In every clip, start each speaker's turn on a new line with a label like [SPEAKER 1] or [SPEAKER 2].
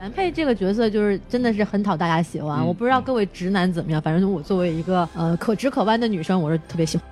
[SPEAKER 1] 男配这个角色就是真的是很讨大家喜欢，
[SPEAKER 2] 嗯
[SPEAKER 1] 我不知道各位直男怎么样，反正我作为一个呃可直可弯的女生，我是特别喜欢。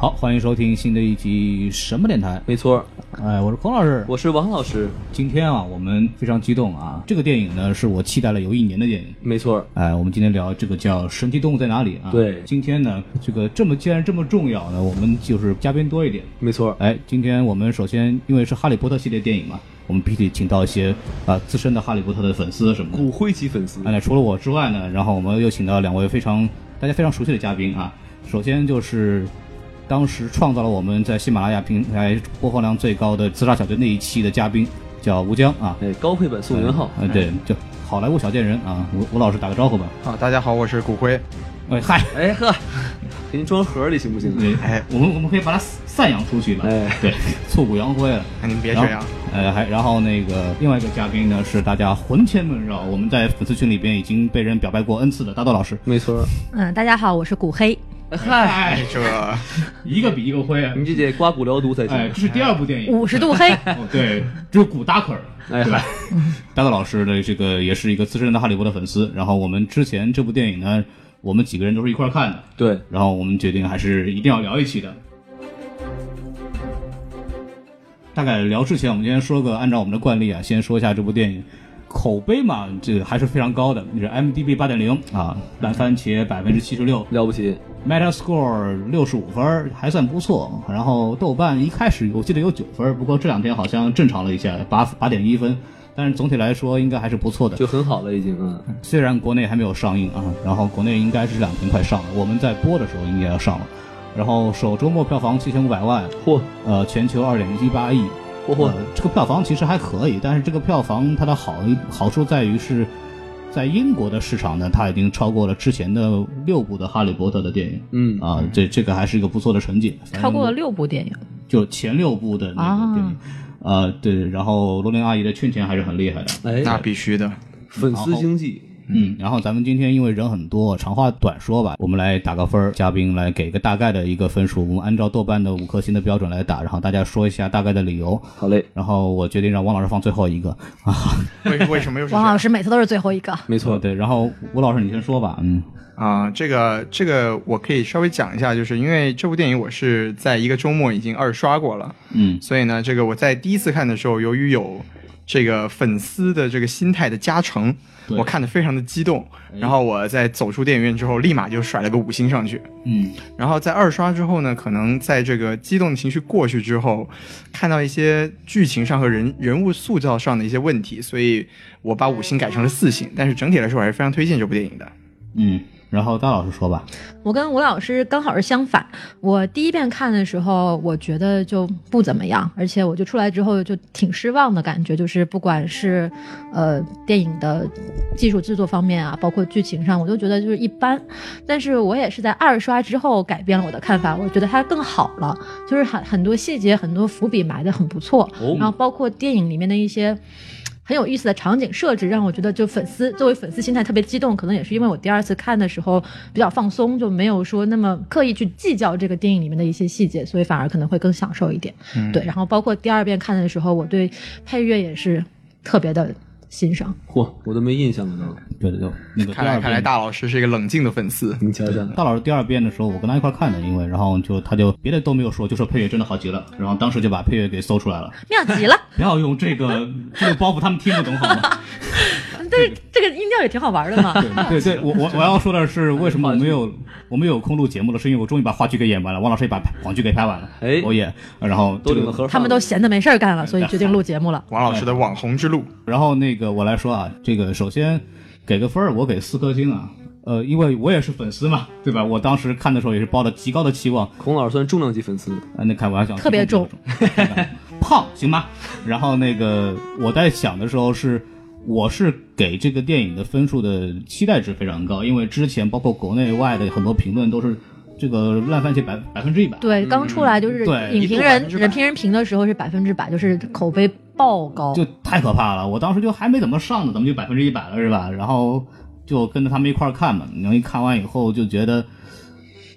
[SPEAKER 3] 好，欢迎收听新的一集什么电台？
[SPEAKER 4] 没错，
[SPEAKER 3] 哎，我是孔老师。
[SPEAKER 4] 我是王老师。
[SPEAKER 3] 今天啊，我们非常激动啊！这个电影呢，是我期待了有一年的电影。
[SPEAKER 4] 没错，
[SPEAKER 3] 哎，我们今天聊这个叫《神奇动物在哪里》啊？
[SPEAKER 4] 对
[SPEAKER 3] 今天呢，这个这么既然这么重要呢，我们就是嘉宾多一点。
[SPEAKER 4] 没错，
[SPEAKER 3] 哎，今天我们首先因为是《哈利波特》系列电影嘛，我们必须请到一些啊、资深的《哈利波特》的粉丝什么的。
[SPEAKER 4] 骨灰级粉丝
[SPEAKER 3] 哎，那除了我之外呢，然后我们又请到两位非常大家非常熟悉的嘉宾啊。首先就是当时创造了我们在喜马拉雅平台播放量最高的《自杀小队》那一期的嘉宾，叫吴江啊。
[SPEAKER 4] 哎，高配版宋元浩，
[SPEAKER 3] 嗯、对，就好莱坞小贱人啊。吴吴老师打个招呼吧。
[SPEAKER 5] 啊，大家好，我是骨灰。
[SPEAKER 3] 哎嗨，
[SPEAKER 4] 哎呵，给您装盒里行不行？啊
[SPEAKER 3] 哎，我们我们可以把它散扬出去吧。
[SPEAKER 4] 哎
[SPEAKER 3] 对，挫骨扬灰了。
[SPEAKER 5] 哎您别这
[SPEAKER 3] 然
[SPEAKER 5] 样
[SPEAKER 3] 后。呃，还然后那个另外一个嘉宾呢，是大家魂牵梦绕，我们在粉丝群里边已经被人表白过 n 次的大豆老师，
[SPEAKER 4] 没错，
[SPEAKER 1] 嗯，大家好，我是骨黑。
[SPEAKER 4] 嗨，
[SPEAKER 5] 哎，这
[SPEAKER 3] 一个比一个灰啊！
[SPEAKER 4] 你这得刮骨疗毒才行。
[SPEAKER 3] 哎，这是第二部电影，
[SPEAKER 1] 五十度 黑，
[SPEAKER 2] 嗯
[SPEAKER 3] 哦，对，这是古达克尔。
[SPEAKER 4] 哎嗨，
[SPEAKER 3] 达克老师的这个也是一个资深的哈利波特粉丝。然后我们之前这部电影呢，我们几个人都是一块儿看的。
[SPEAKER 4] 对，
[SPEAKER 3] 然后我们决定还是一定要聊一期的。大概聊之前，我们今天说个，按照我们的惯例啊，先说一下这部电影口碑嘛，这个还是非常高的，就是 m d b 八点零啊，烂番茄百分之七十六
[SPEAKER 4] 了不起，
[SPEAKER 3] Metascore 六十五分，还算不错。然后豆瓣一开始我记得有九分，不过这两天好像正常了一下，八八点一分。但是总体来说应该还是不错的，
[SPEAKER 4] 就很好了已经啊。嗯
[SPEAKER 3] 虽然国内还没有上映啊，然后国内应该是这两天快上了，我们在播的时候应该要上了。然后首周末票房七千五百万，
[SPEAKER 4] 嚯
[SPEAKER 3] 呃，全球二点一八亿，
[SPEAKER 4] 嚯嚯
[SPEAKER 3] 呃，这个票房其实还可以，但是这个票房它的好好处在于是，在英国的市场呢，它已经超过了之前的六部的《哈利波特》的电影。
[SPEAKER 4] 嗯，
[SPEAKER 3] 啊，这这个还是一个不错的成绩，反正
[SPEAKER 1] 超过了六部电影，
[SPEAKER 3] 就前六部的那个电
[SPEAKER 4] 啊
[SPEAKER 3] 影，呃，对，然后罗琳阿姨的圈钱还是很厉害的，
[SPEAKER 4] 哎，
[SPEAKER 5] 那必须的。
[SPEAKER 4] 粉丝经济，
[SPEAKER 3] 嗯，然后咱们今天因为人很多，长话短说吧，我们来打个分儿，嘉宾来给个大概的一个分数，我们按照豆瓣的五颗星的标准来打，然后大家说一下大概的理由，
[SPEAKER 4] 好嘞，
[SPEAKER 3] 然后我决定让王老师放最后一个啊，
[SPEAKER 5] 为为什么又是这
[SPEAKER 1] 王老
[SPEAKER 5] 样
[SPEAKER 1] 师每次都是最后一个。
[SPEAKER 4] 没错，
[SPEAKER 3] 对，然后吴老师你先说吧，嗯，
[SPEAKER 5] 啊？这个这个我可以稍微讲一下，就是因为这部电影我是在一个周末已经二刷过了，
[SPEAKER 3] 嗯
[SPEAKER 5] 所以呢，这个我在第一次看的时候，由于有这个粉丝的这个心态的加成，
[SPEAKER 3] 对嗯
[SPEAKER 5] 我看的非常的激动，然后我在走出电影院之后，立马就甩了个五星上去。
[SPEAKER 3] 嗯，
[SPEAKER 5] 然后在二刷之后呢，可能在这个激动的情绪过去之后，看到一些剧情上和人人物塑造上的一些问题，所以我把五星改成了四星。但是整体来说，我还是非常推荐这部电影的。
[SPEAKER 3] 嗯，然后大老师说吧，
[SPEAKER 1] 我跟吴老师刚好是相反，我第一遍看的时候，我觉得就不怎么样，而且我就出来之后就挺失望的感觉，就是不管是呃电影的技术制作方面啊，包括剧情上，我都觉得就是一般。但是我也是在二刷之后改变了我的看法，我觉得它更好了，就是很很多细节、很多伏笔埋得很不错，然后包括电影里面的一些。很有意思的场景设置，让我觉得就粉丝作为粉丝心态特别激动，可能也是因为我第二次看的时候比较放松，就没有说那么刻意去计较这个电影里面的一些细节，所以反而可能会更享
[SPEAKER 3] 嗯
[SPEAKER 1] 受一点。对，然后包括第二遍看的时候，我对配乐也是特别的欣赏。
[SPEAKER 4] 嚯，我都没印象了都。
[SPEAKER 3] 对对对，那个
[SPEAKER 5] 看
[SPEAKER 3] 第二
[SPEAKER 5] 来
[SPEAKER 3] 遍
[SPEAKER 5] 看来大老师是一个冷静的粉丝。
[SPEAKER 4] 你瞧瞧，
[SPEAKER 3] 大老师第二遍的时候，我跟他一块儿看的，因为然后就他就别的都没有说，就说配乐真的好极了，然后当时就把配乐给搜出来了。
[SPEAKER 1] 妙 极了，
[SPEAKER 3] 不要用这个这个包袱，他们听不懂好吗？
[SPEAKER 1] 但是这个音调也挺好玩的嘛。
[SPEAKER 3] 对对，我我我要说的是，为什么我没有我没有空录节目了，是因为我终于把话剧给演完了，王老师也把网剧给拍完了，
[SPEAKER 4] 哎
[SPEAKER 3] 我也然后
[SPEAKER 4] 都
[SPEAKER 3] 这
[SPEAKER 4] 领
[SPEAKER 3] 个
[SPEAKER 4] 了盒饭了
[SPEAKER 1] 他们都闲的没事儿干了，所以决定录节目了。
[SPEAKER 5] 王老师的网红之路，
[SPEAKER 3] 然后那个我来说啊，这个首先给个分儿，我给四颗星啊。呃，因为我也是粉丝嘛，对吧？我当时看的时候也是抱着极高的期望，
[SPEAKER 4] 孔老师算重量级粉丝，
[SPEAKER 3] 啊，那开玩笑，
[SPEAKER 1] 特别重，
[SPEAKER 3] 胖行吗？然后那个我在想的时候是，我是给这个电影的分数的期待值非常高，因为之前包括国内外的很多评论都是这个烂番茄百百分之一百，
[SPEAKER 1] 对，刚出来就是
[SPEAKER 3] 嗯对
[SPEAKER 1] 影评
[SPEAKER 5] 一
[SPEAKER 1] 人、
[SPEAKER 5] 度100%
[SPEAKER 1] 人评人评的时候是百分之百，就是口碑爆高。
[SPEAKER 3] 就太可怕了。我当时就还没怎么上呢，怎么就百分之一百了是吧？然后就跟着他们一块儿看嘛，然后一看完以后就觉得，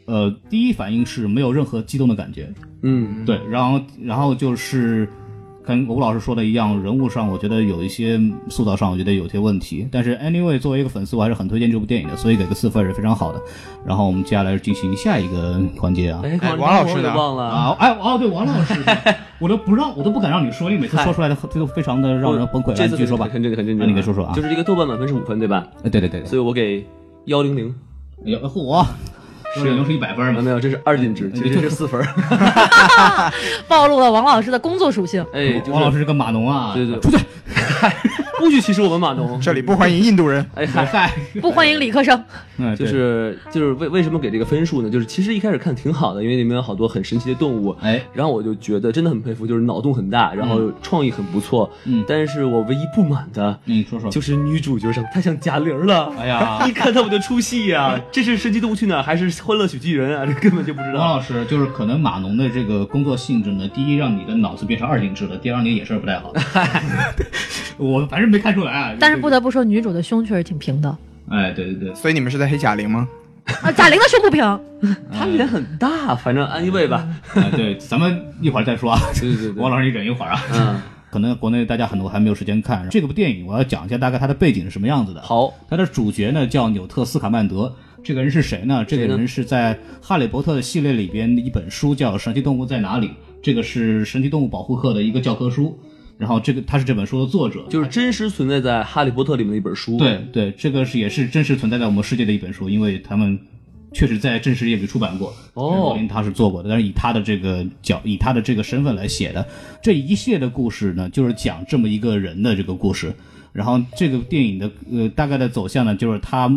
[SPEAKER 3] 呃，第一反应是没有任何激动的感觉，
[SPEAKER 4] 嗯，
[SPEAKER 3] 对，然后然后就是跟吴老师说的一样，人物上我觉得有一些塑造上我觉得有些问题，但是 anyway 作为一个粉丝，我还是很推荐这部电影的，所以给个四分是非常好的。然后我们接下来进行下一个环节啊。
[SPEAKER 4] 哎，
[SPEAKER 5] 哎
[SPEAKER 4] 孔
[SPEAKER 5] 王老师
[SPEAKER 4] 我给
[SPEAKER 5] 呢
[SPEAKER 4] 忘了，
[SPEAKER 3] 啊，哎，哦，对，王老师， 我都不让，我都不敢让你说，因为每次说出来的都非常的让人崩溃。
[SPEAKER 4] 这
[SPEAKER 3] 来
[SPEAKER 4] 次
[SPEAKER 3] 你继续说吧，
[SPEAKER 4] 很认真，很认真，
[SPEAKER 3] 啊你给说说啊
[SPEAKER 4] 就是这个豆瓣满分是五分对吧？
[SPEAKER 3] 哎，对对对，
[SPEAKER 4] 所以我给幺零零，
[SPEAKER 3] 哎呦，嚯，是又是一百分
[SPEAKER 4] 啊
[SPEAKER 3] 嘛？
[SPEAKER 4] 没有，这是二进制，
[SPEAKER 3] 嗯
[SPEAKER 4] 其实是四分儿。
[SPEAKER 1] 暴露了王老师的工作属性。
[SPEAKER 4] 哎，就是
[SPEAKER 3] 嗯王老师是个码农啊，
[SPEAKER 4] 对对
[SPEAKER 3] 出去，
[SPEAKER 4] 不许歧视我们码农。
[SPEAKER 5] 这里不欢迎印度人。
[SPEAKER 4] 哎嗨，
[SPEAKER 3] 嗨，
[SPEAKER 1] 不欢迎理科生，
[SPEAKER 3] 嗯，
[SPEAKER 4] 就
[SPEAKER 3] 对，
[SPEAKER 4] 是就是为为什么给这个分数呢？就是其实一开始看挺好的，因为里面有好多很神奇的动物。
[SPEAKER 3] 哎，
[SPEAKER 4] 然后我就觉得真的很佩服，就是脑洞很大，然后创意很不错。
[SPEAKER 3] 嗯
[SPEAKER 4] 但是我唯一不满的
[SPEAKER 3] 你说说，
[SPEAKER 4] 就是女主角上太像贾玲儿了。
[SPEAKER 3] 哎呀
[SPEAKER 4] 一看他们就出戏呀、 这是《神奇动物去哪儿》还是《欢乐喜剧人》啊？这根本就不知
[SPEAKER 3] 王
[SPEAKER 4] 道。
[SPEAKER 3] 老师，就是可能码农的这个工作性质呢，第一让你的脑子变成二进制了，第二让你眼神不太 好。我反正没看出来啊。
[SPEAKER 1] 但是不得不说，女主的胸确实挺平的
[SPEAKER 3] 哎，对对对，
[SPEAKER 5] 所以你们是在黑贾玲吗？
[SPEAKER 1] 啊。贾玲的胸不平，
[SPEAKER 3] 嗯
[SPEAKER 4] 她脸很大，反正安一位吧。
[SPEAKER 3] 哎对，咱们一会儿再说啊。
[SPEAKER 4] 对对对
[SPEAKER 3] 王，老师，你等一会儿啊。
[SPEAKER 4] 嗯，
[SPEAKER 3] 可能国内大家很多还没有时间看这个部电影，我要讲一下大概它的背景是什么样子的。
[SPEAKER 4] 好，
[SPEAKER 3] 它的主角呢叫纽特·斯卡曼德，这个人是谁呢？这个人是在《哈利波特》的系列里边的一本书叫《神奇动物在哪里》，这个是神奇动物保护课的一个教科书。然后这个他是这本书的作者，
[SPEAKER 4] 就是真实存在在《哈利波特》里面的一本书。
[SPEAKER 3] 对对，这个是也是真实存在在我们世界的一本书，因为他们确实在真实也给出版过。
[SPEAKER 4] 哦
[SPEAKER 3] 罗琳他是做过的，但是以他的这个角，以他的这个身份来写的这一系列的故事呢，就是讲这么一个人的这个故事。然后这个电影的呃大概的走向呢，就是他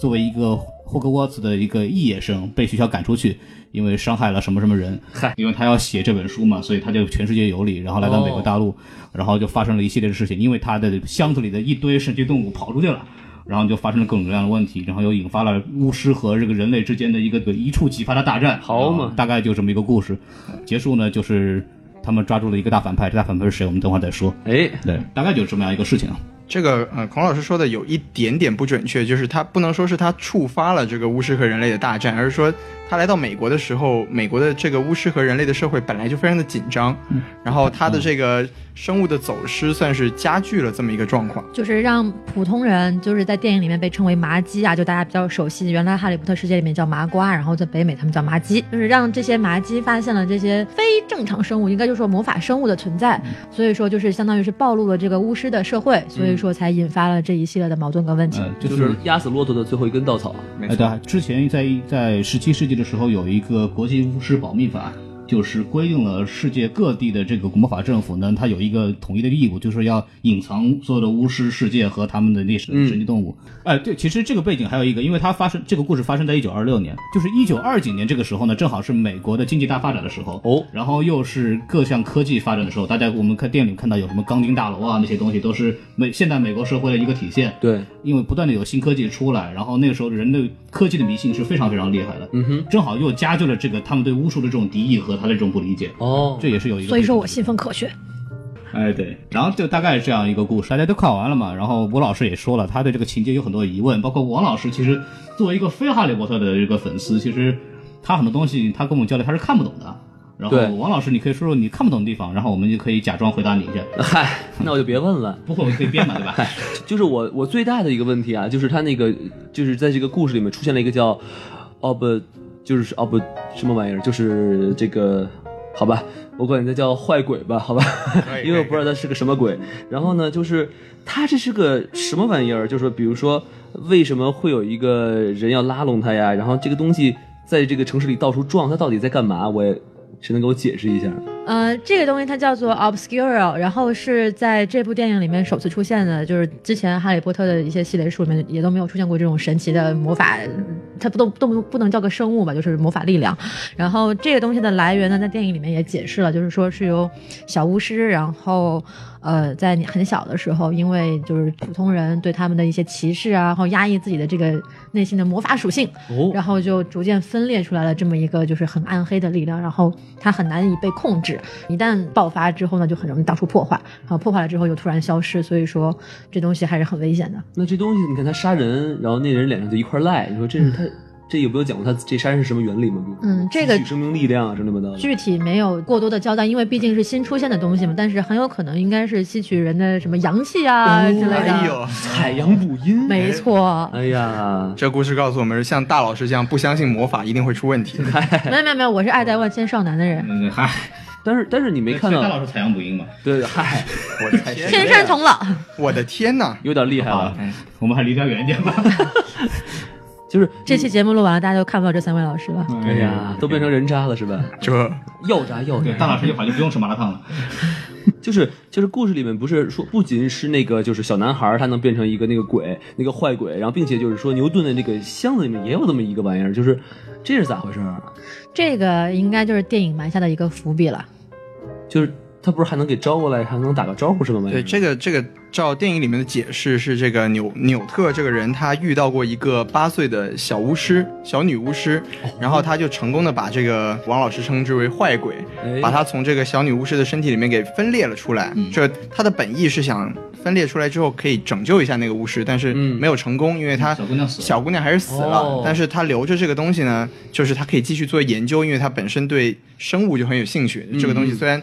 [SPEAKER 3] 作为一个霍格沃茨的一个肄业生被学校赶出去，因为伤害了什么什么人。
[SPEAKER 4] 嗨
[SPEAKER 3] 因为他要写这本书嘛，所以他就全世界游历，然后来到
[SPEAKER 4] 哦
[SPEAKER 3] 美国大陆，然后就发生了一系列的事情。因为他的箱子里的一堆神奇动物跑出去了。然后就发生了各种各样的问题，然后又引发了巫师和这个人类之间的一个一触即发的大战。
[SPEAKER 4] 好嘛
[SPEAKER 3] 啊大概就这么一个故事。结束呢，就是他们抓住了一个大反派，这大反派是谁？我们等会儿再说。
[SPEAKER 4] 哎，
[SPEAKER 3] 对，大概就是这么样一个事情啊。
[SPEAKER 5] 这个呃，孔老师说的有一点点不准确，就是他不能说是他触发了这个巫师和人类的大战，而是说他来到美国的时候，美国的这个巫师和人类的社会本来就非常的紧张，
[SPEAKER 3] 嗯
[SPEAKER 5] 然后他的这个生物的走失算是加剧了这么一个状况。
[SPEAKER 1] 就是让普通人就是在电影里面被称为麻鸡啊，就大家比较熟悉，原来哈利波特世界里面叫麻瓜，然后在北美他们叫麻鸡，就是让这些麻鸡发现了这些非正常生物，应该就说魔法生物的存在，所以说就是相当于是暴露了这个巫师的社会，所以说才引发了这一系列的矛盾跟问题。
[SPEAKER 3] 嗯，就
[SPEAKER 4] 就是是压死骆驼的最后一根稻草。
[SPEAKER 5] 没
[SPEAKER 3] 哎，对啊，之前在在十七世纪的时候，有一个国际巫师保密法，就是规定了世界各地的这个魔法政府呢，它有一个统一的义务，就是要隐藏所有的巫师世界和他们的那神神奇动物。哎，对，其实这个背景还有一个，因为它发生这个故事发生在一九二六年，就是一九二几年这个时候呢，正好是美国的经济大发展的时候。
[SPEAKER 4] 哦
[SPEAKER 3] 然后又是各项科技发展的时候，大家我们看电影看到有什么钢筋大楼啊那些东西，都是美现代美国社会的一个体现。
[SPEAKER 4] 对，
[SPEAKER 3] 因为不断的有新科技出来，然后那个时候人对科技的迷信是非常非常厉害的，
[SPEAKER 4] 嗯哼，
[SPEAKER 3] 正好又加剧了这个他们对巫术的这种敌意和他的这种不理解，
[SPEAKER 4] 哦，
[SPEAKER 3] 这也是有一个。
[SPEAKER 1] 所以说我信奉科学，
[SPEAKER 3] 哎，对，然后就大概是这样一个故事，大家都看完了嘛。然后吴老师也说了，他对这个情节有很多疑问，包括王老师其实作为一个非哈利波特的这个粉丝，其实他很多东西他跟我们交流他是看不懂的。然后
[SPEAKER 4] 对
[SPEAKER 3] 王老师，你可以说说你看不懂的地方，然后我们就可以假装回答你一下。
[SPEAKER 4] 嗨，那我就别问了。
[SPEAKER 3] 不会，我们可以编嘛，对吧？
[SPEAKER 4] 就是我我最大的一个问题啊，就是他那个就是在这个故事里面出现了一个叫 ob，就是 ob 什么玩意儿，就是这个。好吧，我管它叫坏鬼吧，好吧
[SPEAKER 5] 可，以
[SPEAKER 4] 因为我不知道它是个什么鬼。然后呢，就是它这是个什么玩意儿？就是说，比如说，为什么会有一个人要拉拢他呀？然后这个东西在这个城市里到处撞，它到底在干嘛？我也谁能给我解释一下？
[SPEAKER 1] 呃，这个东西它叫做 obscura，然后是在这部电影里面首次出现的，就是之前《哈利波特》的一些系列书里面也都没有出现过这种神奇的魔法，它不都都不不能叫个生物吧，就是魔法力量。然后这个东西的来源呢，在电影里面也解释了，就是说是由小巫师，然后呃，在你很小的时候，因为就是普通人对他们的一些歧视啊，然后压抑自己的这个内心的魔法属性，
[SPEAKER 4] 哦
[SPEAKER 1] 然后就逐渐分裂出来了这么一个就是很暗黑的力量，然后它很难以被控制，一旦爆发之后呢，就很容易到处破坏，然后破坏了之后又突然消失，所以说这东西还是很危险的。
[SPEAKER 4] 那这东西，你看他杀人，然后那人脸上就一块赖，你说这是他，这有没有讲过他这杀人是什么原理吗？
[SPEAKER 1] 嗯这个
[SPEAKER 4] 汲取生命力量啊，什么的。
[SPEAKER 1] 具体没有过多的交代，因为毕竟是新出现的东西嘛，但是很有可能应该是吸取人的什么阳气啊之类的。
[SPEAKER 5] 哎呦，
[SPEAKER 4] 采阳补阴，
[SPEAKER 1] 没错，
[SPEAKER 4] 哎呀，
[SPEAKER 5] 这故事告诉我们，像大老师这样不相信魔法一定会出问题。
[SPEAKER 1] 没有没有没有，我是爱戴万千少男的人，
[SPEAKER 3] 嗯，嗨，
[SPEAKER 4] 但是但是你没看
[SPEAKER 3] 大
[SPEAKER 4] 到，
[SPEAKER 3] 老师采阳补阴嘛？
[SPEAKER 4] 对，嗨，
[SPEAKER 5] 我的天，
[SPEAKER 1] 天山童姥。
[SPEAKER 5] 我的天呐！
[SPEAKER 4] 有点厉害
[SPEAKER 3] 好
[SPEAKER 4] 了，，
[SPEAKER 3] 我们还离他远一点吧。
[SPEAKER 4] 就是
[SPEAKER 1] 这期节目录完了，大家都看不到这三位老师了。
[SPEAKER 3] 嗯
[SPEAKER 4] 哎呀，都变成人渣了是吧？
[SPEAKER 5] 这
[SPEAKER 4] 药渣药
[SPEAKER 3] 对
[SPEAKER 4] 渣，
[SPEAKER 3] 大老师一会儿就不用吃麻辣烫了。
[SPEAKER 4] 就是就是故事里面不是说不仅是那个就是小男孩儿他能变成一个那个鬼那个坏鬼，然后并且就是说牛顿的那个箱子里面也有这么一个玩意儿，就是这是咋回事儿啊？
[SPEAKER 1] 这个应该就是电影埋下的一个伏笔了。
[SPEAKER 4] 就是他不是还能给招过来，还能打个招呼什么玩意儿？
[SPEAKER 5] 对，这个这个，照电影里面的解释是，这个纽纽特这个人，他遇到过一个八岁的小巫师，小女巫师，
[SPEAKER 3] 哦
[SPEAKER 5] 然后他就成功的把这个王老师称之为坏鬼，
[SPEAKER 4] 哎
[SPEAKER 5] 把他从这个小女巫师的身体里面给分裂了出来。
[SPEAKER 3] 嗯
[SPEAKER 5] 这他的本意是想分裂出来之后可以拯救一下那个巫师，但是
[SPEAKER 4] 嗯
[SPEAKER 5] 没有成功，因为他
[SPEAKER 3] 小姑娘死了
[SPEAKER 5] 小姑娘还是死了，
[SPEAKER 4] 哦
[SPEAKER 5] 但是他留着这个东西呢，就是他可以继续做研究，因为他本身对生物就很有兴趣。这个东西虽然。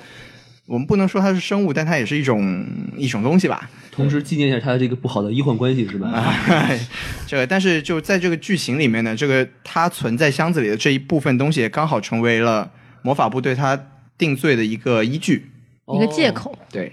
[SPEAKER 5] 我们不能说它是生物，但它也是一种 一种东西吧。
[SPEAKER 4] 同时纪念一下他的这个不好的医患关系是吧？
[SPEAKER 5] 哎，这个，但是就在这个剧情里面呢，这个它存在箱子里的这一部分东西，也刚好成为了魔法部对他定罪的一个依据。
[SPEAKER 1] 一个借口。
[SPEAKER 5] 对，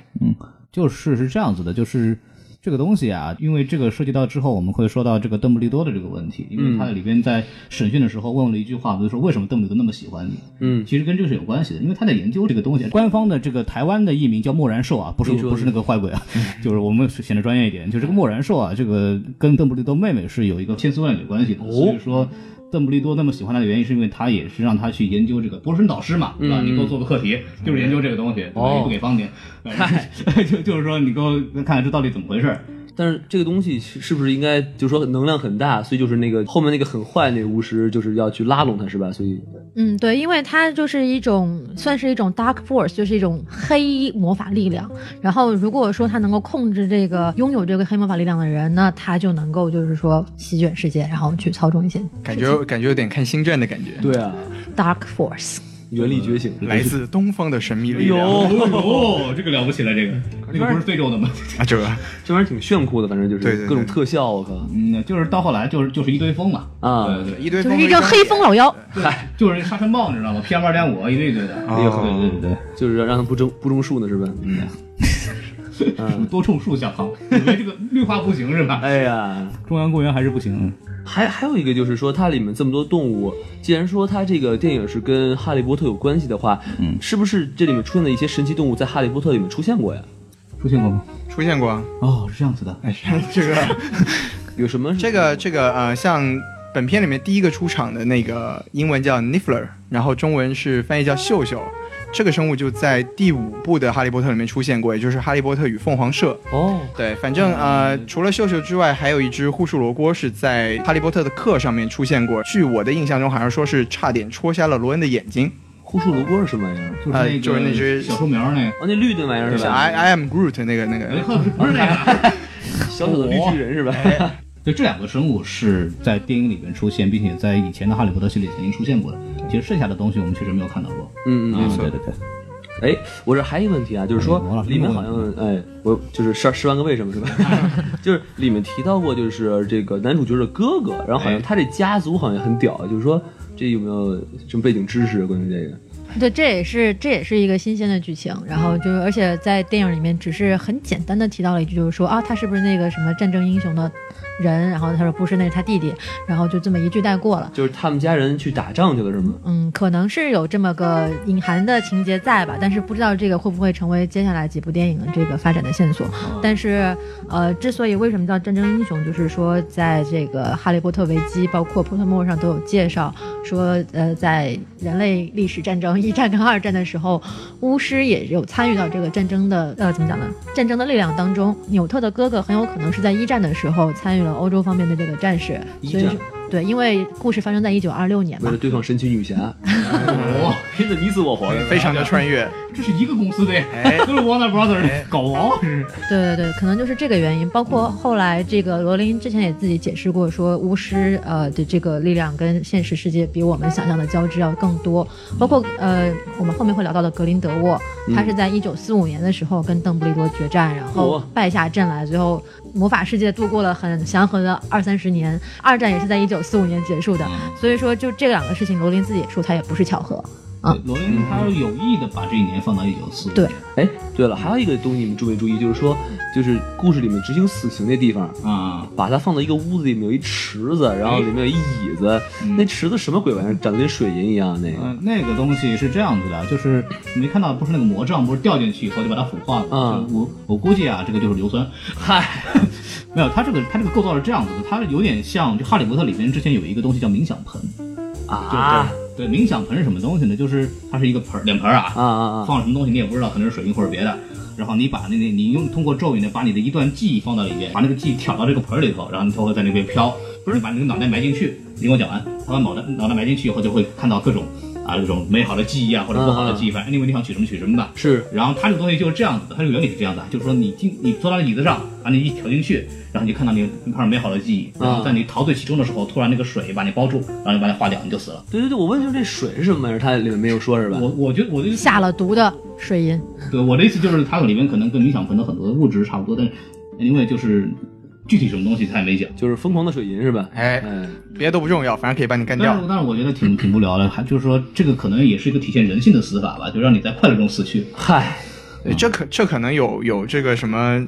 [SPEAKER 3] 就是是这样子的，就是这个东西啊，因为这个涉及到之后，我们会说到这个邓布利多的这个问题，因
[SPEAKER 4] 嗯
[SPEAKER 3] 为他里边在审讯的时候问了一句话，就是说为什么邓布利多那么喜欢你？
[SPEAKER 4] 嗯，
[SPEAKER 3] 其实跟这个是有关系的，因为他在研究这个东西。官方的这个台湾的译名叫莫然兽啊，不是
[SPEAKER 4] 听说嗯
[SPEAKER 3] 不是那个坏鬼啊， 就是我们显得专业一点，就这个莫然兽啊，这个跟邓布利多妹妹是有一个千丝万缕的关系
[SPEAKER 4] 哦
[SPEAKER 3] 的，所以说。邓布利多那么喜欢他的原因，是因为他也是让他去研究这个博士导师嘛，对吧？你给我做个课题，就是研究这个东西，对吧？
[SPEAKER 4] 嗯哦
[SPEAKER 3] 也不给方便，呃 就就是说你给我看看这到底怎么回事儿。
[SPEAKER 4] 但是这个东西是是不是应该就是说能量很大，所以就是那个后面那个很坏那个巫师就是要去拉拢他是吧？所以
[SPEAKER 1] 嗯，对，因为它就是一种算是一种 dark force，就是一种黑魔法力量。然后如果说它能够控制这个拥有这个黑魔法力量的人，那他就能够就是说席卷世界，然后去操纵一些
[SPEAKER 5] 感觉感觉有点看星战的感觉。
[SPEAKER 4] 对啊，
[SPEAKER 1] dark force。
[SPEAKER 4] 原力觉醒
[SPEAKER 5] 来自东方的神秘力量、
[SPEAKER 4] 哟，
[SPEAKER 3] 哦， 这个了不起了，这个那个不是非洲的吗？
[SPEAKER 5] 啊，这个
[SPEAKER 4] 这玩意儿挺炫酷的，反正就
[SPEAKER 5] 对
[SPEAKER 4] 是
[SPEAKER 5] 对
[SPEAKER 4] 各种
[SPEAKER 5] 对
[SPEAKER 4] 特效，我靠
[SPEAKER 3] 嗯，就是到后来就是就是一堆风嘛，
[SPEAKER 4] 啊！
[SPEAKER 3] 对对，
[SPEAKER 5] 一堆
[SPEAKER 1] 就
[SPEAKER 5] 风
[SPEAKER 1] 是一个黑风老妖，
[SPEAKER 3] 就是沙尘暴，你知道吗？PM 二点五一堆一堆的，对对对
[SPEAKER 4] 就是让让他不种不种树呢是吧？嗯
[SPEAKER 3] 对，多种树下行，以为这个绿化不行是吧？
[SPEAKER 4] 哎呀，
[SPEAKER 3] 中央公园还是不行。
[SPEAKER 4] 还还有一个就是说，它里面这么多动物，既然说它这个电影是跟《哈利波特》有关系的话，嗯，是不是这里面出现的一些神奇动物在《哈利波特》里面出现过呀？
[SPEAKER 3] 出现过吗？
[SPEAKER 5] 出现过啊。
[SPEAKER 3] 哦，是这样子的。
[SPEAKER 5] 哎，这个
[SPEAKER 4] 有什么是？
[SPEAKER 5] 这个这个呃，像本片里面第一个出场的那个英文叫 Niffler，然后中文是翻译叫秀秀。这个生物就在第五部的《哈利波特》里面出现过，也就是《哈利波特与凤凰社》。
[SPEAKER 4] 哦，
[SPEAKER 5] 对，反正呃，除了秀秀之外，还有一只护树罗锅是在《哈利波特》的课上面出现过。据我的印象中，好像说是差点戳瞎了罗恩的眼睛。
[SPEAKER 4] 护树芦锅是什么玩意儿？
[SPEAKER 3] 啊就是那个、
[SPEAKER 5] 就是那只
[SPEAKER 3] 小树苗儿那个，哎
[SPEAKER 4] 哦，那绿的玩意儿
[SPEAKER 5] 就是是
[SPEAKER 4] 吧？
[SPEAKER 5] I I am Groot 那个那个，
[SPEAKER 3] 不是那 个。
[SPEAKER 4] 小小的绿巨人是吧？
[SPEAKER 3] 对，这两个生物是在电影里面出现，并且在以前的《哈利波特》系列曾经出现过的。其其实剩下的东西我们确实没有看到过。
[SPEAKER 4] 嗯嗯
[SPEAKER 3] 啊
[SPEAKER 4] 嗯。
[SPEAKER 5] 错
[SPEAKER 3] 对对对，
[SPEAKER 4] 哎，我这还有一个问题啊，就是说
[SPEAKER 3] 哎王老师
[SPEAKER 4] 里面好像哎，我就是十十万个为什么 是吧？就是里面提到过，就是这个男主角的哥哥，然后好像
[SPEAKER 3] 哎
[SPEAKER 4] 他这家族好像很屌，就是说这有没有什么背景知识关于这个？
[SPEAKER 1] 对，这也是这也是一个新鲜的剧情。然后就是，而且在电影里面只是很简单的提到了一句，就是说啊，他是不是那个什么战争英雄的人？然后他说不是，那是他弟弟。然后就这么一句带过了。
[SPEAKER 4] 就是他们家人去打仗去了是吗？
[SPEAKER 1] 嗯，可能是有这么个隐含的情节在吧，但是不知道这个会不会成为接下来几部电影的这个发展的线索。
[SPEAKER 4] 哦
[SPEAKER 1] 但是，呃，之所以为什么叫战争英雄，就是说在这个《哈利波特危机》包括《波特莫》上都有介绍，说呃，在人类历史战争一战跟二战的时候，巫师也有参与到这个战争的呃怎么讲呢？战争的力量当中，纽特的哥哥很有可能是在一战的时候参与了欧洲方面的这个战事，
[SPEAKER 4] 一
[SPEAKER 1] 所以
[SPEAKER 4] 战
[SPEAKER 1] 是对，因为故事发生在一九二六年嘛
[SPEAKER 4] 为了，对抗神奇女侠， 哇，拼的你死我活的，
[SPEAKER 5] 非常的穿越，
[SPEAKER 3] 这是一个公司的，
[SPEAKER 5] 哎
[SPEAKER 3] 都是 Warner Brothers 狗王。
[SPEAKER 1] 对对对，可能就是这个原因。包括后来这个罗琳之前也自己解释过，说巫师呃的这个力量跟现实世界比我们想象的交织要更多。包括呃我们后面会聊到的格林德沃，他是在一九四五年的时候跟邓布利多决战，然后
[SPEAKER 4] 哦
[SPEAKER 1] 败下阵来，最后魔法世界度过了很祥和的二三十年。二战也是在一九四五年结束的，所以说就这两个事情，罗琳自己也说他也不是巧合。啊
[SPEAKER 3] 罗琳他有意的把这一年放到一九四五。
[SPEAKER 1] 对
[SPEAKER 4] 哎，对了，还有一个东西你们注没注意，就是说，就是故事里面执行死刑那地方，
[SPEAKER 3] 啊，
[SPEAKER 4] 把它放到一个屋子里面有一池子，然后里面有一椅子，那池子什么鬼玩意儿，长得跟水银一样那个。
[SPEAKER 3] 嗯，那个东西是这样子的，就是你没看到不是那个魔杖，不是掉进去以后就把它腐化了。
[SPEAKER 4] 嗯
[SPEAKER 3] 就我我估计啊，这个就是硫酸。
[SPEAKER 4] 嗨，
[SPEAKER 3] 没有，它这个它这个构造是这样子的，它有点像就《哈利波特》里边之前有一个东西叫冥想盆。
[SPEAKER 4] 啊
[SPEAKER 3] 对，冥想盆是什么东西呢？就是它是一个盆儿脸盆儿啊，
[SPEAKER 4] 啊啊啊！
[SPEAKER 3] 放了什么东西你也不知道，可能是水银或者别的。然后你把那那，你用通过咒语呢，把你的一段记忆放到里面，把那个记忆挑到这个盆儿里头，然后你它会在那边飘。不是把你的脑袋埋进去，你听我讲完，他把脑袋脑袋埋进去以后，就会看到各种啊这种美好的记忆啊，或者不好的记忆，反正 anyway 你想取什么取什么吧。
[SPEAKER 4] 是
[SPEAKER 3] 然后它这个东西就是这样子的，它这个原理是这样的，就是说你进你坐到椅子上，把你一挑进去，然后你就看到你那块美好的记忆，然后在你陶醉其中的时候，突然那个水把你包住，然后你把它化掉，你就死了。
[SPEAKER 4] 对对对，我问就是这水是什么玩意儿，它里面没有说是吧？
[SPEAKER 3] 我我觉得我的意思，
[SPEAKER 1] 下了毒的水银，
[SPEAKER 3] 对我的意思就是它里面可能跟冥想盆的很多的物质差不多，但是因为就是具体什么东西它也没讲。
[SPEAKER 4] 就是疯狂的水银是吧？
[SPEAKER 5] 哎，
[SPEAKER 4] 哎，
[SPEAKER 5] 别的都不重要，反正可以把你干
[SPEAKER 3] 但
[SPEAKER 5] 掉
[SPEAKER 3] 是，。但是我觉得挺挺无聊的，还就是说，这个可能也是一个体现人性的死法吧，就让你在快乐中死去。
[SPEAKER 4] 嗨，
[SPEAKER 5] 对这可这可能有有这个什么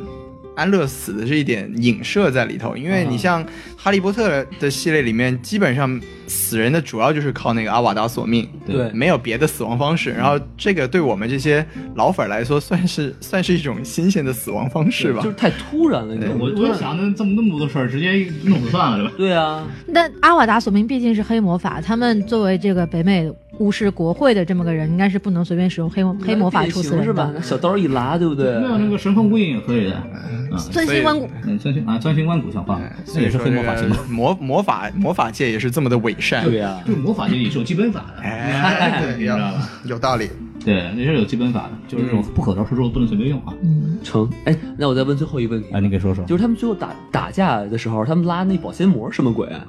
[SPEAKER 5] 安乐死的这一点影射在里头，因为
[SPEAKER 3] 嗯
[SPEAKER 5] 你像《哈利波特》的系列里面，基本上死人的主要就是靠那个阿瓦达索命，
[SPEAKER 4] 对
[SPEAKER 5] 没有别的死亡方式。然后这个对我们这些老粉儿来说，算是算是一种新鲜的死亡方式吧
[SPEAKER 4] 就。是太突然了，你知道
[SPEAKER 3] 我
[SPEAKER 4] 吗？
[SPEAKER 3] 我就想着这么那么多事儿，直接弄死算了，对吧？
[SPEAKER 4] 对啊，
[SPEAKER 1] 但阿瓦达索命毕竟是黑魔法，他们作为这个北美巫师国会的这么个人，应该是不能随便使用黑魔黑魔法处
[SPEAKER 4] 嗯
[SPEAKER 1] 死
[SPEAKER 4] 变形是
[SPEAKER 1] 人
[SPEAKER 4] 吧
[SPEAKER 1] 的。？
[SPEAKER 4] 小刀一拉，对不对？
[SPEAKER 3] 没有那个神风归影也可以的，啊，
[SPEAKER 1] 钻心弯骨，
[SPEAKER 3] 嗯，钻心啊，钻心弯骨像话，那
[SPEAKER 5] 哎嗯所
[SPEAKER 3] 也
[SPEAKER 5] 以
[SPEAKER 3] 是
[SPEAKER 5] 说
[SPEAKER 3] 黑
[SPEAKER 5] 这
[SPEAKER 3] 魔法行
[SPEAKER 5] 个
[SPEAKER 3] 吗？
[SPEAKER 5] 魔魔法魔法界也是这么的伪善，
[SPEAKER 4] 对哎呀
[SPEAKER 3] 就魔法界也是有基本法的，
[SPEAKER 5] 哎，
[SPEAKER 3] 你知道吧？
[SPEAKER 5] 有道理。
[SPEAKER 3] 对，那是有基本法的，就是这
[SPEAKER 5] 嗯
[SPEAKER 3] 种不可饶恕之后不能随便用啊。
[SPEAKER 1] 嗯，
[SPEAKER 4] 成。哎，那我再问最后一个问题
[SPEAKER 3] 哎，，你给说说，
[SPEAKER 4] 就是他们最后打打架的时候，他们拉那保鲜膜什么鬼啊？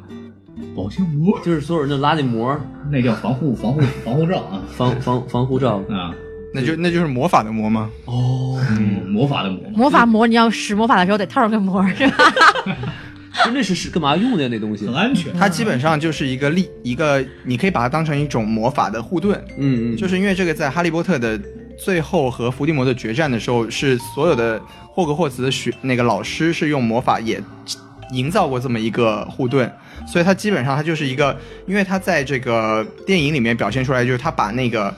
[SPEAKER 3] 保鲜膜，
[SPEAKER 4] 就是所有人就拉那膜
[SPEAKER 3] 那叫防护防护防护罩啊
[SPEAKER 4] 防防防护罩。
[SPEAKER 3] 啊，
[SPEAKER 5] 那就那就是魔法的魔吗？
[SPEAKER 4] 哦，
[SPEAKER 5] 嗯
[SPEAKER 3] 魔法的魔嘛。
[SPEAKER 1] 魔法膜，你要使魔法的时候得套上个膜，是吧？
[SPEAKER 4] 就那是是干嘛用的呀？那东西
[SPEAKER 3] 很？安全，
[SPEAKER 5] 它基本上就是一个力一个，你可以把它当成一种魔法的护盾，
[SPEAKER 4] 嗯嗯，
[SPEAKER 5] 就是是因为这个在《哈利波特》的最后和伏地魔的决战的时候，是所有的霍格霍茨的学那个老师是用魔法也营造过这么一个护盾，所以它基本上它就是一个，因为它在这个电影里面表现出来，就是他把那个。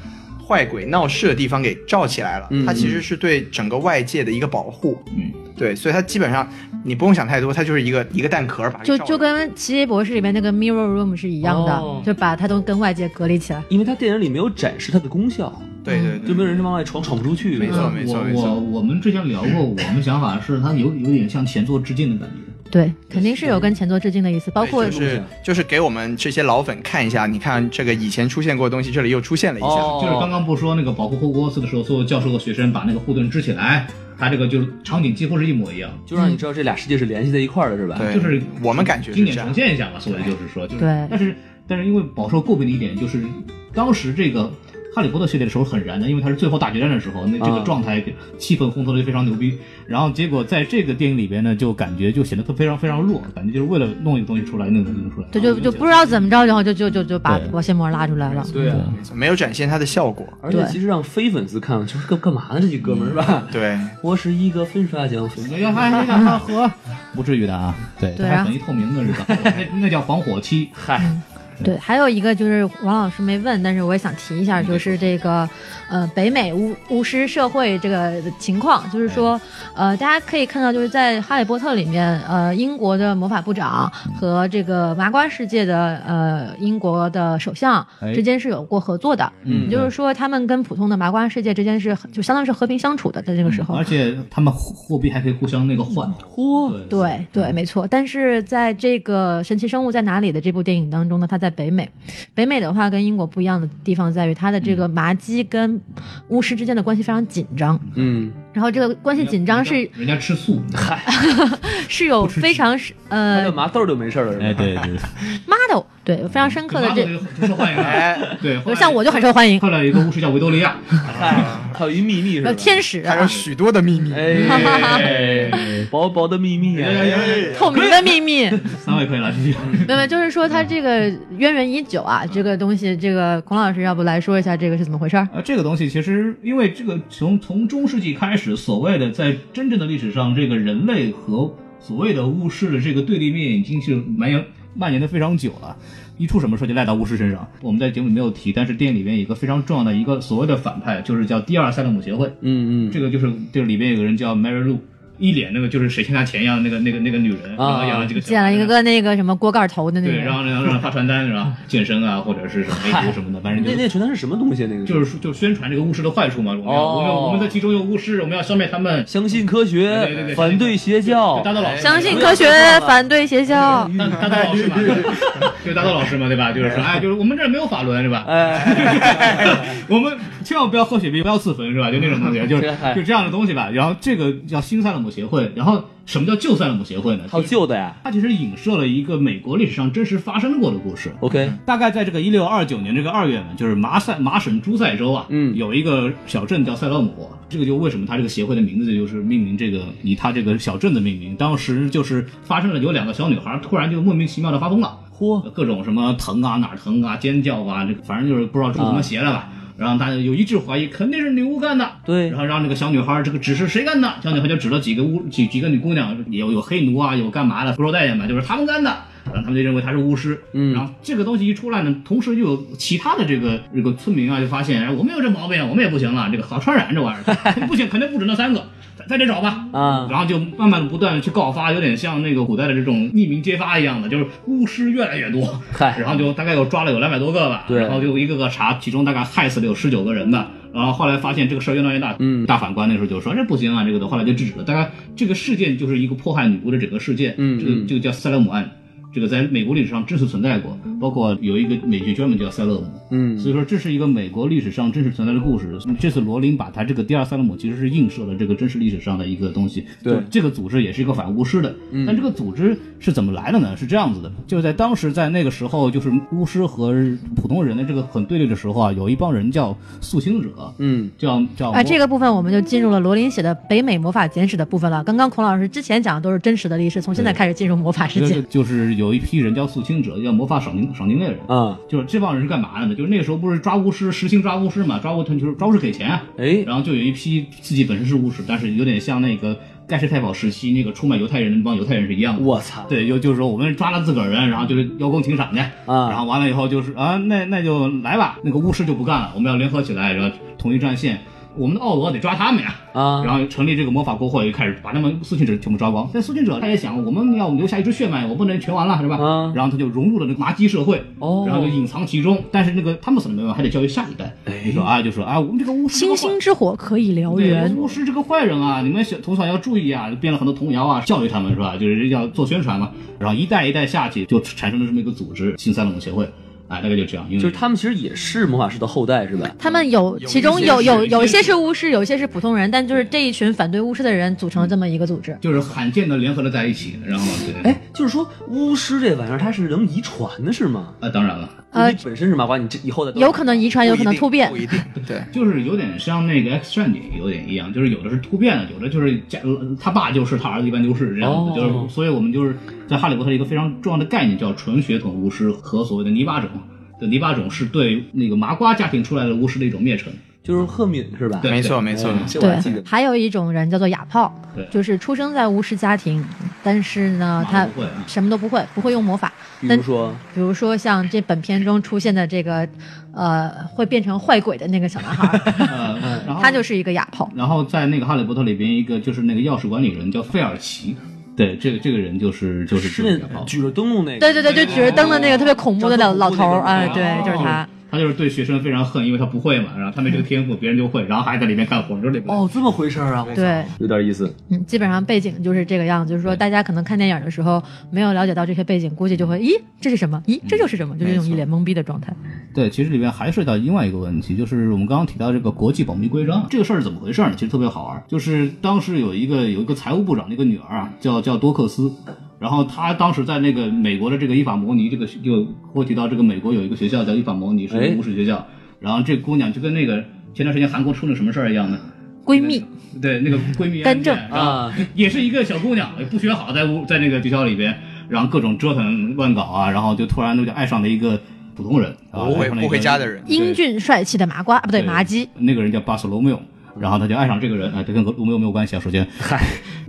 [SPEAKER 5] 坏鬼闹事的地方给罩起来了
[SPEAKER 4] 嗯，
[SPEAKER 5] 它其实是对整个外界的一个保护。
[SPEAKER 3] 嗯，
[SPEAKER 5] 对，所以它基本上你不用想太多，它就是一个一个蛋壳儿把它给
[SPEAKER 1] 就
[SPEAKER 5] 罩
[SPEAKER 1] 就
[SPEAKER 5] 住
[SPEAKER 1] 跟《奇异博士》里面那个 Mirror Room 是一样的，
[SPEAKER 4] 哦
[SPEAKER 1] 就把它都跟外界隔离起来。
[SPEAKER 4] 因为它电影里没有展示它的功效，
[SPEAKER 5] 对对
[SPEAKER 4] 就
[SPEAKER 5] 对，
[SPEAKER 4] 没有人往外闯闯不出去。哦
[SPEAKER 5] 没错
[SPEAKER 3] 呃
[SPEAKER 5] 没错
[SPEAKER 3] 我
[SPEAKER 5] 没错
[SPEAKER 3] 我我们之前聊过，我们想法是它有有点向前作致敬的感觉。
[SPEAKER 1] 对，肯定是有跟前作致敬的意思，包括
[SPEAKER 5] 哎就。是就是给我们这些老粉看一下，你看这个以前出现过的东西，这里又出现了一下。
[SPEAKER 4] 哦，
[SPEAKER 3] 就是刚刚不是说那个保护霍格沃茨的时候，所有教授和学生把那个护盾支起来，它这个就是场景几乎是一模一样，
[SPEAKER 4] 就让你知道这俩世界是联系在一块儿的，是吧？
[SPEAKER 5] 对，
[SPEAKER 3] 就是
[SPEAKER 5] 我们感觉
[SPEAKER 3] 经
[SPEAKER 5] 是
[SPEAKER 3] 典
[SPEAKER 5] 这
[SPEAKER 3] 重
[SPEAKER 5] 样。
[SPEAKER 3] 现一下嘛。所以就是说，就是
[SPEAKER 1] 对
[SPEAKER 3] 但是但是因为饱受诟病的一点就是。当时这个。哈利波特系列的时候很燃的，因为它是最后大决战的时候，那这个
[SPEAKER 5] 嗯
[SPEAKER 4] 啊
[SPEAKER 3] 状态、气氛烘托的非常牛逼。然后结果在这个电影里边呢，就感觉就显得它非常非常弱，感觉就是为了弄一个东西出来，弄一个东西出来。
[SPEAKER 1] 对，
[SPEAKER 3] 然
[SPEAKER 1] 就
[SPEAKER 3] 后
[SPEAKER 1] 就不知道怎么着，然后就就就就把
[SPEAKER 3] 对
[SPEAKER 1] 王仙魔拉出来了。
[SPEAKER 4] 对啊，
[SPEAKER 5] 没错没有展现它的效果。
[SPEAKER 4] 而且
[SPEAKER 1] 对
[SPEAKER 4] 其实让非粉丝看，就是干干嘛呢？这几哥们儿是
[SPEAKER 3] 嗯
[SPEAKER 4] 吧？
[SPEAKER 5] 对，
[SPEAKER 4] 我是一个粉刷匠，
[SPEAKER 3] 你要发现这个和 不至于的啊，对，
[SPEAKER 1] 对
[SPEAKER 3] 它还
[SPEAKER 1] 啊
[SPEAKER 3] 很一透明的日子， 那那叫防火漆。 嗨，
[SPEAKER 1] 对，还有一个就是王老师没问，但是我也想提一
[SPEAKER 3] 嗯
[SPEAKER 1] 下，就是这个，呃，北美巫巫师社会这个情况，就是说，
[SPEAKER 3] 嗯
[SPEAKER 1] 呃，大家可以看到，就是在《哈利波特》里面，呃，英国的魔法部长和
[SPEAKER 3] 嗯
[SPEAKER 1] 这个麻瓜世界的呃英国的首相
[SPEAKER 3] 哎
[SPEAKER 1] 之间是有过合作的，
[SPEAKER 3] 嗯
[SPEAKER 1] 也就是说，他们跟普通的麻瓜世界之间是就相当是和平相处的，在这个时
[SPEAKER 3] 嗯
[SPEAKER 1] 候
[SPEAKER 3] 而，且他们货货币还可以互相那个换。
[SPEAKER 4] 嚯，
[SPEAKER 1] 对对，没错。但是在这个《神奇生物在哪里》的这部电影当中呢，它在北美，北美的话跟英国不一样的地方在于，它的这个麻鸡跟巫师之间的关系非常紧张，
[SPEAKER 4] 嗯，
[SPEAKER 1] 然后这个关系紧张是
[SPEAKER 3] 人家吃 素，
[SPEAKER 1] 是有非常是
[SPEAKER 4] 那
[SPEAKER 1] 呃
[SPEAKER 4] 叫麻豆儿就没事儿了，是吧
[SPEAKER 3] 哎，对 对，
[SPEAKER 1] model 对非常深刻的这，哎
[SPEAKER 3] 这受欢迎
[SPEAKER 5] 哎
[SPEAKER 3] 了，对，后来
[SPEAKER 1] 像我就很受欢迎，
[SPEAKER 3] 后来有一个巫师叫维多利 亚，
[SPEAKER 4] 嗨，还有一秘密是吧
[SPEAKER 1] 呃？天使
[SPEAKER 5] 还有
[SPEAKER 1] 啊，
[SPEAKER 5] 许多的秘密。
[SPEAKER 4] 哎，薄薄的秘密啊，
[SPEAKER 5] 哎
[SPEAKER 1] 透明的秘密。
[SPEAKER 3] 三位可以了，继续。
[SPEAKER 1] 没有，没有就是说它这个渊源已久啊，这个东西，这个孔老师要不来说一下这个是怎么回事儿？
[SPEAKER 3] 啊，这个东西其实因为这个从从中世纪开始，所谓的在真正的历史上，这个人类和所谓的巫师的这个对立面已经是蔓延蔓延的非常久了。一出什么事就赖到巫师身上。我们在节目里没有提，但是电影里面有一个非常重要的一个所谓的反派，就是叫第二塞勒姆协会。
[SPEAKER 4] 嗯嗯，
[SPEAKER 3] 这个就是就是里边有个人叫 Mary Lou，一脸那个就是谁欠他钱一样的那个那个那个女人，然后养了这个小
[SPEAKER 1] 啊剪了
[SPEAKER 3] 孩
[SPEAKER 1] 一个个那个什么锅盖头的那
[SPEAKER 3] 对，然
[SPEAKER 1] 个，
[SPEAKER 3] 后让让他发传单是 吧？健身啊，或者是什么梅毒什么的，反正就
[SPEAKER 4] 那
[SPEAKER 3] 是
[SPEAKER 4] 那传单是什么东西？那个
[SPEAKER 3] 就是说就宣传这个巫师的坏处嘛。我们要、
[SPEAKER 4] 哦
[SPEAKER 3] 我们要我们在集中有巫师，我们要消灭他们。
[SPEAKER 4] 相信科
[SPEAKER 3] 对对对
[SPEAKER 4] 学，
[SPEAKER 3] 对
[SPEAKER 4] 反对邪
[SPEAKER 3] 就
[SPEAKER 4] 教
[SPEAKER 3] 大。道老师，
[SPEAKER 1] 相信科学，反对邪教。
[SPEAKER 3] 大大道老师嘛，就是大道老师嘛，对吧？就是说，哎，就是我们这儿没有法轮，是吧？
[SPEAKER 4] 哎，
[SPEAKER 3] 我们千万不要喝雪碧，不要自焚，是吧？就那种东西，就是
[SPEAKER 4] 这还
[SPEAKER 3] 就这样的东西吧。然后这个叫新塞勒姆协会，然后什么叫旧塞勒姆协会呢？
[SPEAKER 4] 好
[SPEAKER 3] 就是
[SPEAKER 4] 旧的呀。
[SPEAKER 3] 它其实影射了一个美国历史上真实发生过的故事。
[SPEAKER 4] OK，
[SPEAKER 3] 大概在这个一六二九年这个二月份，就是麻塞麻省诸塞州啊，
[SPEAKER 4] 嗯
[SPEAKER 3] 有一个小镇叫塞勒姆，这个就为什么它这个协会的名字就是命名这个以它这个小镇的命名。当时就是发生了有两个小女孩突然就莫名其妙的发疯了，
[SPEAKER 4] 嚯，
[SPEAKER 3] 各种什么疼啊哪儿疼啊尖叫啊，这个反正就是不知道中什么邪了吧。然后大家有一致怀疑肯定是女巫干的，
[SPEAKER 4] 对
[SPEAKER 3] 然后让这个小女孩，这个指是谁干的？小女孩就指了几个巫几几个女姑娘，有有黑奴啊，有干嘛的不受待见嘛，就是他们干的。然后他们就认为她是巫师，
[SPEAKER 4] 嗯
[SPEAKER 3] 然后这个东西一出来呢，同时又有其他的这个这个村民啊，就发现，哎，我们有这毛病，我们也不行了，这个好传染这玩意儿，不行，肯定不止那三个，在在这找吧，
[SPEAKER 4] 啊
[SPEAKER 3] 然后就慢慢的不断的去告发，有点像那个古代的这种匿名揭发一样的，就是巫师越来越多，
[SPEAKER 4] 嗨，
[SPEAKER 3] 然后就大概有抓了有两百多个吧，
[SPEAKER 4] 对
[SPEAKER 3] 然后就一个个查，其中大概害死了有十九个人吧。然后后来发现这个事儿越闹越大，
[SPEAKER 4] 嗯
[SPEAKER 3] 大法官那时候就说这不行啊，这个的，后来就制止了。大概这个事件就是一个迫害女巫的整个事件，
[SPEAKER 4] 嗯
[SPEAKER 3] 这个
[SPEAKER 4] 嗯
[SPEAKER 3] 这个叫塞勒姆案，这个在美国历史上真实存在过，包括有一个美剧专门叫塞勒姆，
[SPEAKER 4] 嗯，
[SPEAKER 3] 所以说这是一个美国历史上真实存在的故事。这次罗琳把他这个第二塞勒姆其实是映射了这个真实历史上的一个东西。
[SPEAKER 4] 对嗯
[SPEAKER 3] 就这个组织也是一个反巫师的，但这个组织是怎么来的呢？是这样子的，就是在当时在那个时候，就是巫师和普通人的这个很对立的时候啊，有一帮人叫肃清者，
[SPEAKER 4] 嗯，
[SPEAKER 3] 叫叫
[SPEAKER 1] 啊，这个部分我们就进入了罗琳写的《北美魔法简史》的部分了。刚刚孔老师之前讲的都是真实的历史，从现在开始进入魔法世
[SPEAKER 3] 就是
[SPEAKER 1] 界。
[SPEAKER 3] 就是有一批人叫肃清者，叫魔法赏金赏金猎人。
[SPEAKER 4] 啊，
[SPEAKER 3] 就是这帮人是干嘛的呢？就是那时候不是抓巫师，实行抓巫师嘛，抓巫就是抓巫师给钱啊，
[SPEAKER 4] 哎，
[SPEAKER 3] 然后就有一批自己本身是巫师，但是有点像那个盖世太保时期那个出卖犹太人的那帮犹太人是一样的。
[SPEAKER 4] 我操，
[SPEAKER 3] 对，就就是说我们抓了自个儿人，然后就是邀功请赏去，
[SPEAKER 4] 啊
[SPEAKER 3] 然后完了以后就是啊，那那就来吧，那个巫师就不干了，我们要联合起来，然后统一战线。我们的奥罗得抓他们呀，
[SPEAKER 4] 啊
[SPEAKER 3] 然后成立这个魔法国会，就开始把他们肃清者全部抓光。但肃清者他也想，我们要留下一支血脉，我不能全完了，是吧？
[SPEAKER 4] 啊
[SPEAKER 3] 然后他就融入了那个麻鸡社会，
[SPEAKER 4] 哦
[SPEAKER 3] 然后就隐藏其中。但是那个汤姆森没有，还得教育下一代。
[SPEAKER 4] 哎
[SPEAKER 3] 就说啊，就说啊，我们这个巫师
[SPEAKER 1] 星星之火可以燎
[SPEAKER 3] 对，
[SPEAKER 1] 原，
[SPEAKER 3] 巫师这个坏人啊，你们小从小要注意啊，就编了很多童谣啊，教育他们是吧？就是要做宣传嘛。然后一代一代下去，就产生了这么一个组织——新三龙协会。哎，大概就这样。因为
[SPEAKER 4] 就是他们其实也是魔法师的后代是吧？
[SPEAKER 1] 他们有
[SPEAKER 5] 有
[SPEAKER 1] 其
[SPEAKER 5] 一
[SPEAKER 1] 中
[SPEAKER 5] 些
[SPEAKER 1] 有
[SPEAKER 5] 是
[SPEAKER 1] 有
[SPEAKER 3] 一
[SPEAKER 1] 有一
[SPEAKER 3] 些
[SPEAKER 1] 些是巫师，有一些是普通人，但就是这一群反对巫师的人组成了这么一个组织。
[SPEAKER 3] 就是罕见的联合了在一起，然后对，
[SPEAKER 4] 哎，就是说巫师这玩意儿它是能遗传的是吗？
[SPEAKER 3] 啊，当然了，
[SPEAKER 1] 呃
[SPEAKER 4] 你本身是麻瓜，你这以后的都
[SPEAKER 1] 有可能遗哎传，有可能突变
[SPEAKER 5] 不。一定，对，
[SPEAKER 3] 就是有点像那个 X 战警有点一样，就是有的是突变的，有的就是家呃他爸就是他儿子一般就是这样子，
[SPEAKER 4] 哦
[SPEAKER 3] 就是所以我们就是在哈利波特一个非常重要的概念叫纯血统巫师和所谓的泥巴种。的泥巴种是对那个麻瓜家庭出来的巫师的一种蔑称，
[SPEAKER 4] 就是赫敏是吧？
[SPEAKER 3] 对
[SPEAKER 5] 没错没错。
[SPEAKER 4] 嗯这我
[SPEAKER 1] 对
[SPEAKER 4] 还记得，。
[SPEAKER 1] 还有一种人叫做哑炮
[SPEAKER 3] 对，
[SPEAKER 1] 就是出生在巫师家庭，但是呢，
[SPEAKER 3] 麻瓜
[SPEAKER 1] 他
[SPEAKER 3] 不会啊
[SPEAKER 1] 什么都不会，不会用魔法。
[SPEAKER 4] 比如说，
[SPEAKER 1] 比如说像这本片中出现的这个，呃，会变成坏鬼的那个小男 孩，
[SPEAKER 3] 呃，然后
[SPEAKER 1] 他就是一个哑炮。
[SPEAKER 3] 然后在那个《哈利波特》里边，一个就是那个钥匙管理人叫费尔奇，对，这个这个人就是就是
[SPEAKER 4] 是
[SPEAKER 3] 这个
[SPEAKER 4] 那举着灯笼那个，
[SPEAKER 1] 对对对，就举着灯的那个特别恐怖的老
[SPEAKER 4] 哦
[SPEAKER 1] 老头儿，哎，
[SPEAKER 4] 哦
[SPEAKER 1] 对，就是他。
[SPEAKER 3] 他就是对学生非常恨，因为他不会嘛，然后他没这个天赋，别人就会，然后还在里面干活，你说这不
[SPEAKER 4] 哦，这么回事儿啊，
[SPEAKER 1] 对，
[SPEAKER 4] 有点意思。
[SPEAKER 1] 嗯，基本上背景就是这个样，就是说大家可能看电影的时候没有了解到这些背景，估计就会，咦，这是什么？咦，这就是什么？就是这种一脸懵逼的状态。
[SPEAKER 3] 对，其实里面还涉及到另外一个问题，就是我们刚刚提到这个国际保密规章这个事儿是怎么回事儿呢？其实特别好玩儿，就是当时有一个有一个财务部长的一个女儿啊，叫叫多克斯。然后她当时在那个美国的这个伊法摩尼这个就会提到这个美国有一个学校叫伊法摩尼是一
[SPEAKER 4] 哎
[SPEAKER 3] 个巫师学校，然后这姑娘就跟那个前段时间韩国出了什么事儿一样的，
[SPEAKER 1] 闺蜜，
[SPEAKER 3] 对那个闺蜜
[SPEAKER 1] 干政
[SPEAKER 3] 案件然后
[SPEAKER 4] 啊
[SPEAKER 3] 也是一个小姑娘，也不学好，在屋在那个学校里边，然后各种折腾乱搞啊，然后就突然就爱上了一个普通人，啊爱
[SPEAKER 5] 不回
[SPEAKER 3] 上了一
[SPEAKER 5] 不
[SPEAKER 3] 个
[SPEAKER 5] 回家的人，
[SPEAKER 1] 英俊帅气的麻瓜，啊，不对，麻鸡。
[SPEAKER 3] 那个人叫巴索罗缪，然后他就爱上这个人，啊，这跟罗缪没有关系啊。首先，嗨，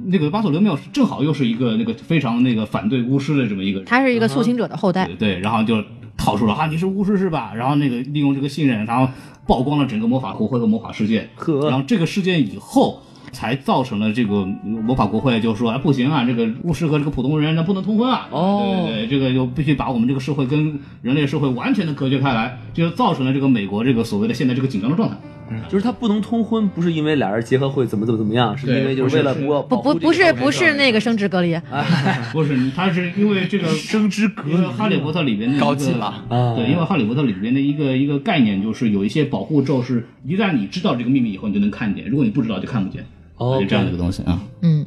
[SPEAKER 3] 那个巴索罗缪是正好又是一个那个非常那个反对巫师的这么一个人，
[SPEAKER 1] 他是一个肃清者的后代
[SPEAKER 3] 对，对，然后就套出了啊，你是巫师是吧？然后那个利用这个信任，然后曝光了整个魔法国会和魔法世界，
[SPEAKER 4] 呵
[SPEAKER 3] 然后这个事件以后。才造成了这个魔法国会就说啊不行啊，这个巫师和这个普通人那不能通婚啊！
[SPEAKER 4] 哦
[SPEAKER 3] 对对对，这个就必须把我们这个社会跟人类社会完全的隔绝开来，这就造成了这个美国这个所谓的现在这个紧张的状态。
[SPEAKER 4] 就是他不能通婚，不是因为俩人结合会怎么怎么怎么样，是
[SPEAKER 3] 对
[SPEAKER 4] 因为就是为了不
[SPEAKER 1] 不不不是不是那个生殖隔离，
[SPEAKER 3] 不是，他是因为这个生之隔离，因为哈利波特里边的一个
[SPEAKER 5] 高级了
[SPEAKER 4] 啊
[SPEAKER 3] 对，因为哈利波特里边的一个一个概念就是有一些保护咒是，一旦你知道这个秘密以后，你就能看见；如果你不知道，就看不见。
[SPEAKER 4] 哦
[SPEAKER 3] 就这样的一个东西啊。
[SPEAKER 1] 嗯，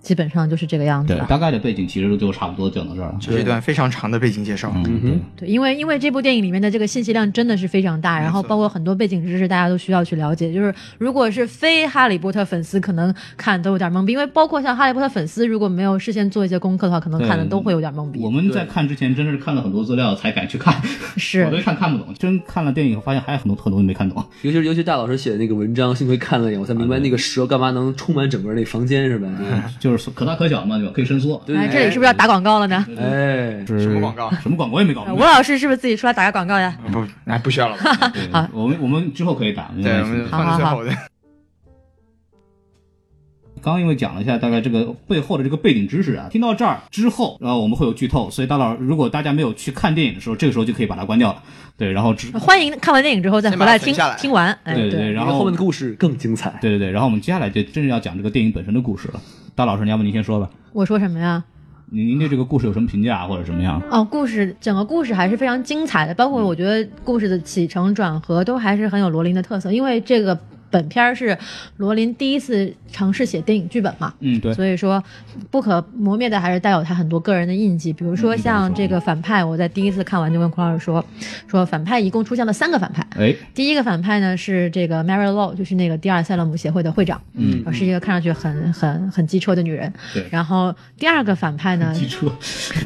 [SPEAKER 1] 基本上就是这个样子
[SPEAKER 3] 对，
[SPEAKER 1] 吧。
[SPEAKER 3] 大概的背景其实就差不多讲到这儿了。
[SPEAKER 5] 这是一段非常长的背景介绍。
[SPEAKER 3] 嗯，对。
[SPEAKER 1] 对，因为因为这部电影里面的这个信息量真的是非常大，然后包括很多背景知识，大家都需要去了解。就是如果是非哈利波特粉丝，可能看都有点懵逼，因为包括像哈利波特粉丝，如果没有事先做一些功课的话，可能看的
[SPEAKER 3] 对
[SPEAKER 1] 都会有点懵逼
[SPEAKER 3] 我。们在看之前，真是看了很多资料才敢去看，
[SPEAKER 1] 是
[SPEAKER 3] 我都看看不懂。真看了电影以后，发现还有很多很多东西没看懂。
[SPEAKER 4] 尤其是尤其大老师写的那个文章，幸亏看了一眼，我才明白那个蛇干嘛能充满整个那房间是吧？
[SPEAKER 3] 就是可大可小嘛，对吧？可以伸缩。
[SPEAKER 4] 对
[SPEAKER 1] 哎，这里是不是要打广告了呢？
[SPEAKER 4] 哎，
[SPEAKER 3] 嗯是
[SPEAKER 5] 什么广告？
[SPEAKER 3] 什么广告也没搞
[SPEAKER 1] 呃
[SPEAKER 3] 明
[SPEAKER 1] 吴
[SPEAKER 3] 白。
[SPEAKER 1] 老师是不是自己出来打个广告呀？
[SPEAKER 5] 不，哎，不需要了吧？
[SPEAKER 3] 对我们我们之后可以打，没
[SPEAKER 5] 对，
[SPEAKER 3] 关
[SPEAKER 5] 我
[SPEAKER 3] 系
[SPEAKER 5] 们
[SPEAKER 1] 好
[SPEAKER 5] 放在最
[SPEAKER 1] 好好
[SPEAKER 5] 后的。
[SPEAKER 3] 刚刚因为讲了一下大概这个背后的这个背景知识啊，听到这儿之后，然后我们会有剧透，所以大佬如果大家没有去看电影的时候，这个时候就可以把它关掉了。对，然 后之
[SPEAKER 1] 欢迎看完电影之后再
[SPEAKER 5] 先
[SPEAKER 1] 回
[SPEAKER 5] 把它
[SPEAKER 1] 来
[SPEAKER 5] 存
[SPEAKER 1] 听
[SPEAKER 5] 下来
[SPEAKER 1] 听完。哎，
[SPEAKER 3] 对对，然
[SPEAKER 4] 因为
[SPEAKER 3] 后
[SPEAKER 4] 后面的故事更精彩。
[SPEAKER 3] 对对对，然后我们接下来就真正要讲这个电影本身的故事了。大老师，你要不您先说吧，
[SPEAKER 1] 我说什么呀？
[SPEAKER 3] 您您对这个故事有什么评价啊或者什么样？
[SPEAKER 1] 哦，故事整个故事还是非常精彩的，包
[SPEAKER 3] 嗯
[SPEAKER 1] 括我觉得故事的起承转合都还是很有罗琳的特色，因为这个本片儿是罗琳第一次尝试写电影剧本嘛。
[SPEAKER 3] 嗯，对，
[SPEAKER 1] 所以说，不可磨灭的还是带有他很多个人的印记，比如
[SPEAKER 3] 嗯
[SPEAKER 1] 说像这个反派，我在第一次看完就跟孔老师说，说反派一共出现了三个反派，
[SPEAKER 3] 哎，
[SPEAKER 1] 第一个反派呢是这个 Mary Law，就是那个第二塞勒姆协会的会长，
[SPEAKER 3] 嗯，
[SPEAKER 1] 是一个看上去很很很机车的女人
[SPEAKER 3] 对。
[SPEAKER 1] 然后第二个反派呢，
[SPEAKER 3] 机哎车，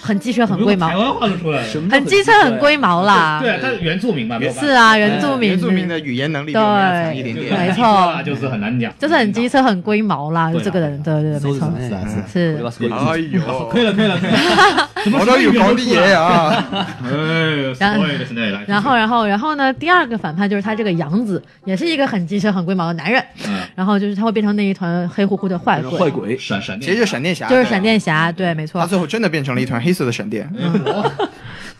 [SPEAKER 1] 很机车，很
[SPEAKER 3] 用
[SPEAKER 1] 龟 毛
[SPEAKER 3] 台，湾话都出来了，
[SPEAKER 4] 什么叫
[SPEAKER 1] 很机车，很龟毛啦。
[SPEAKER 3] 对，他是原住民嘛，没有办
[SPEAKER 1] 是
[SPEAKER 3] 法
[SPEAKER 1] 啊，原住民，
[SPEAKER 5] 哎原住民的语言能力比我们要强一点
[SPEAKER 3] 就是
[SPEAKER 1] 对
[SPEAKER 5] 点。
[SPEAKER 1] 没
[SPEAKER 3] 很
[SPEAKER 1] 错
[SPEAKER 3] 机车啊就是很难讲，
[SPEAKER 1] 就是很机车，很龟毛啦，就
[SPEAKER 3] 对
[SPEAKER 1] 这个人，对对，对没错，
[SPEAKER 3] 是啊是啊
[SPEAKER 1] 是。
[SPEAKER 5] 哎呦，
[SPEAKER 3] 可以了，可以了，可以了，什么
[SPEAKER 5] 我都有高地爷啊！
[SPEAKER 3] 哎，
[SPEAKER 1] 然
[SPEAKER 3] 所有的现在也来，
[SPEAKER 1] 然后，然后，然后呢？第二个反派就是他这个杨子，也是一个很机车、很龟毛的男人。
[SPEAKER 3] 嗯
[SPEAKER 1] 然后就是他会变成那一团黑乎乎的坏
[SPEAKER 4] 坏
[SPEAKER 1] 鬼，
[SPEAKER 4] 鬼，
[SPEAKER 3] 闪闪电啊
[SPEAKER 5] 其实就闪电侠，
[SPEAKER 1] 就是闪电侠。对，嗯没错
[SPEAKER 5] 他。最后真的变成了一团黑色的闪电。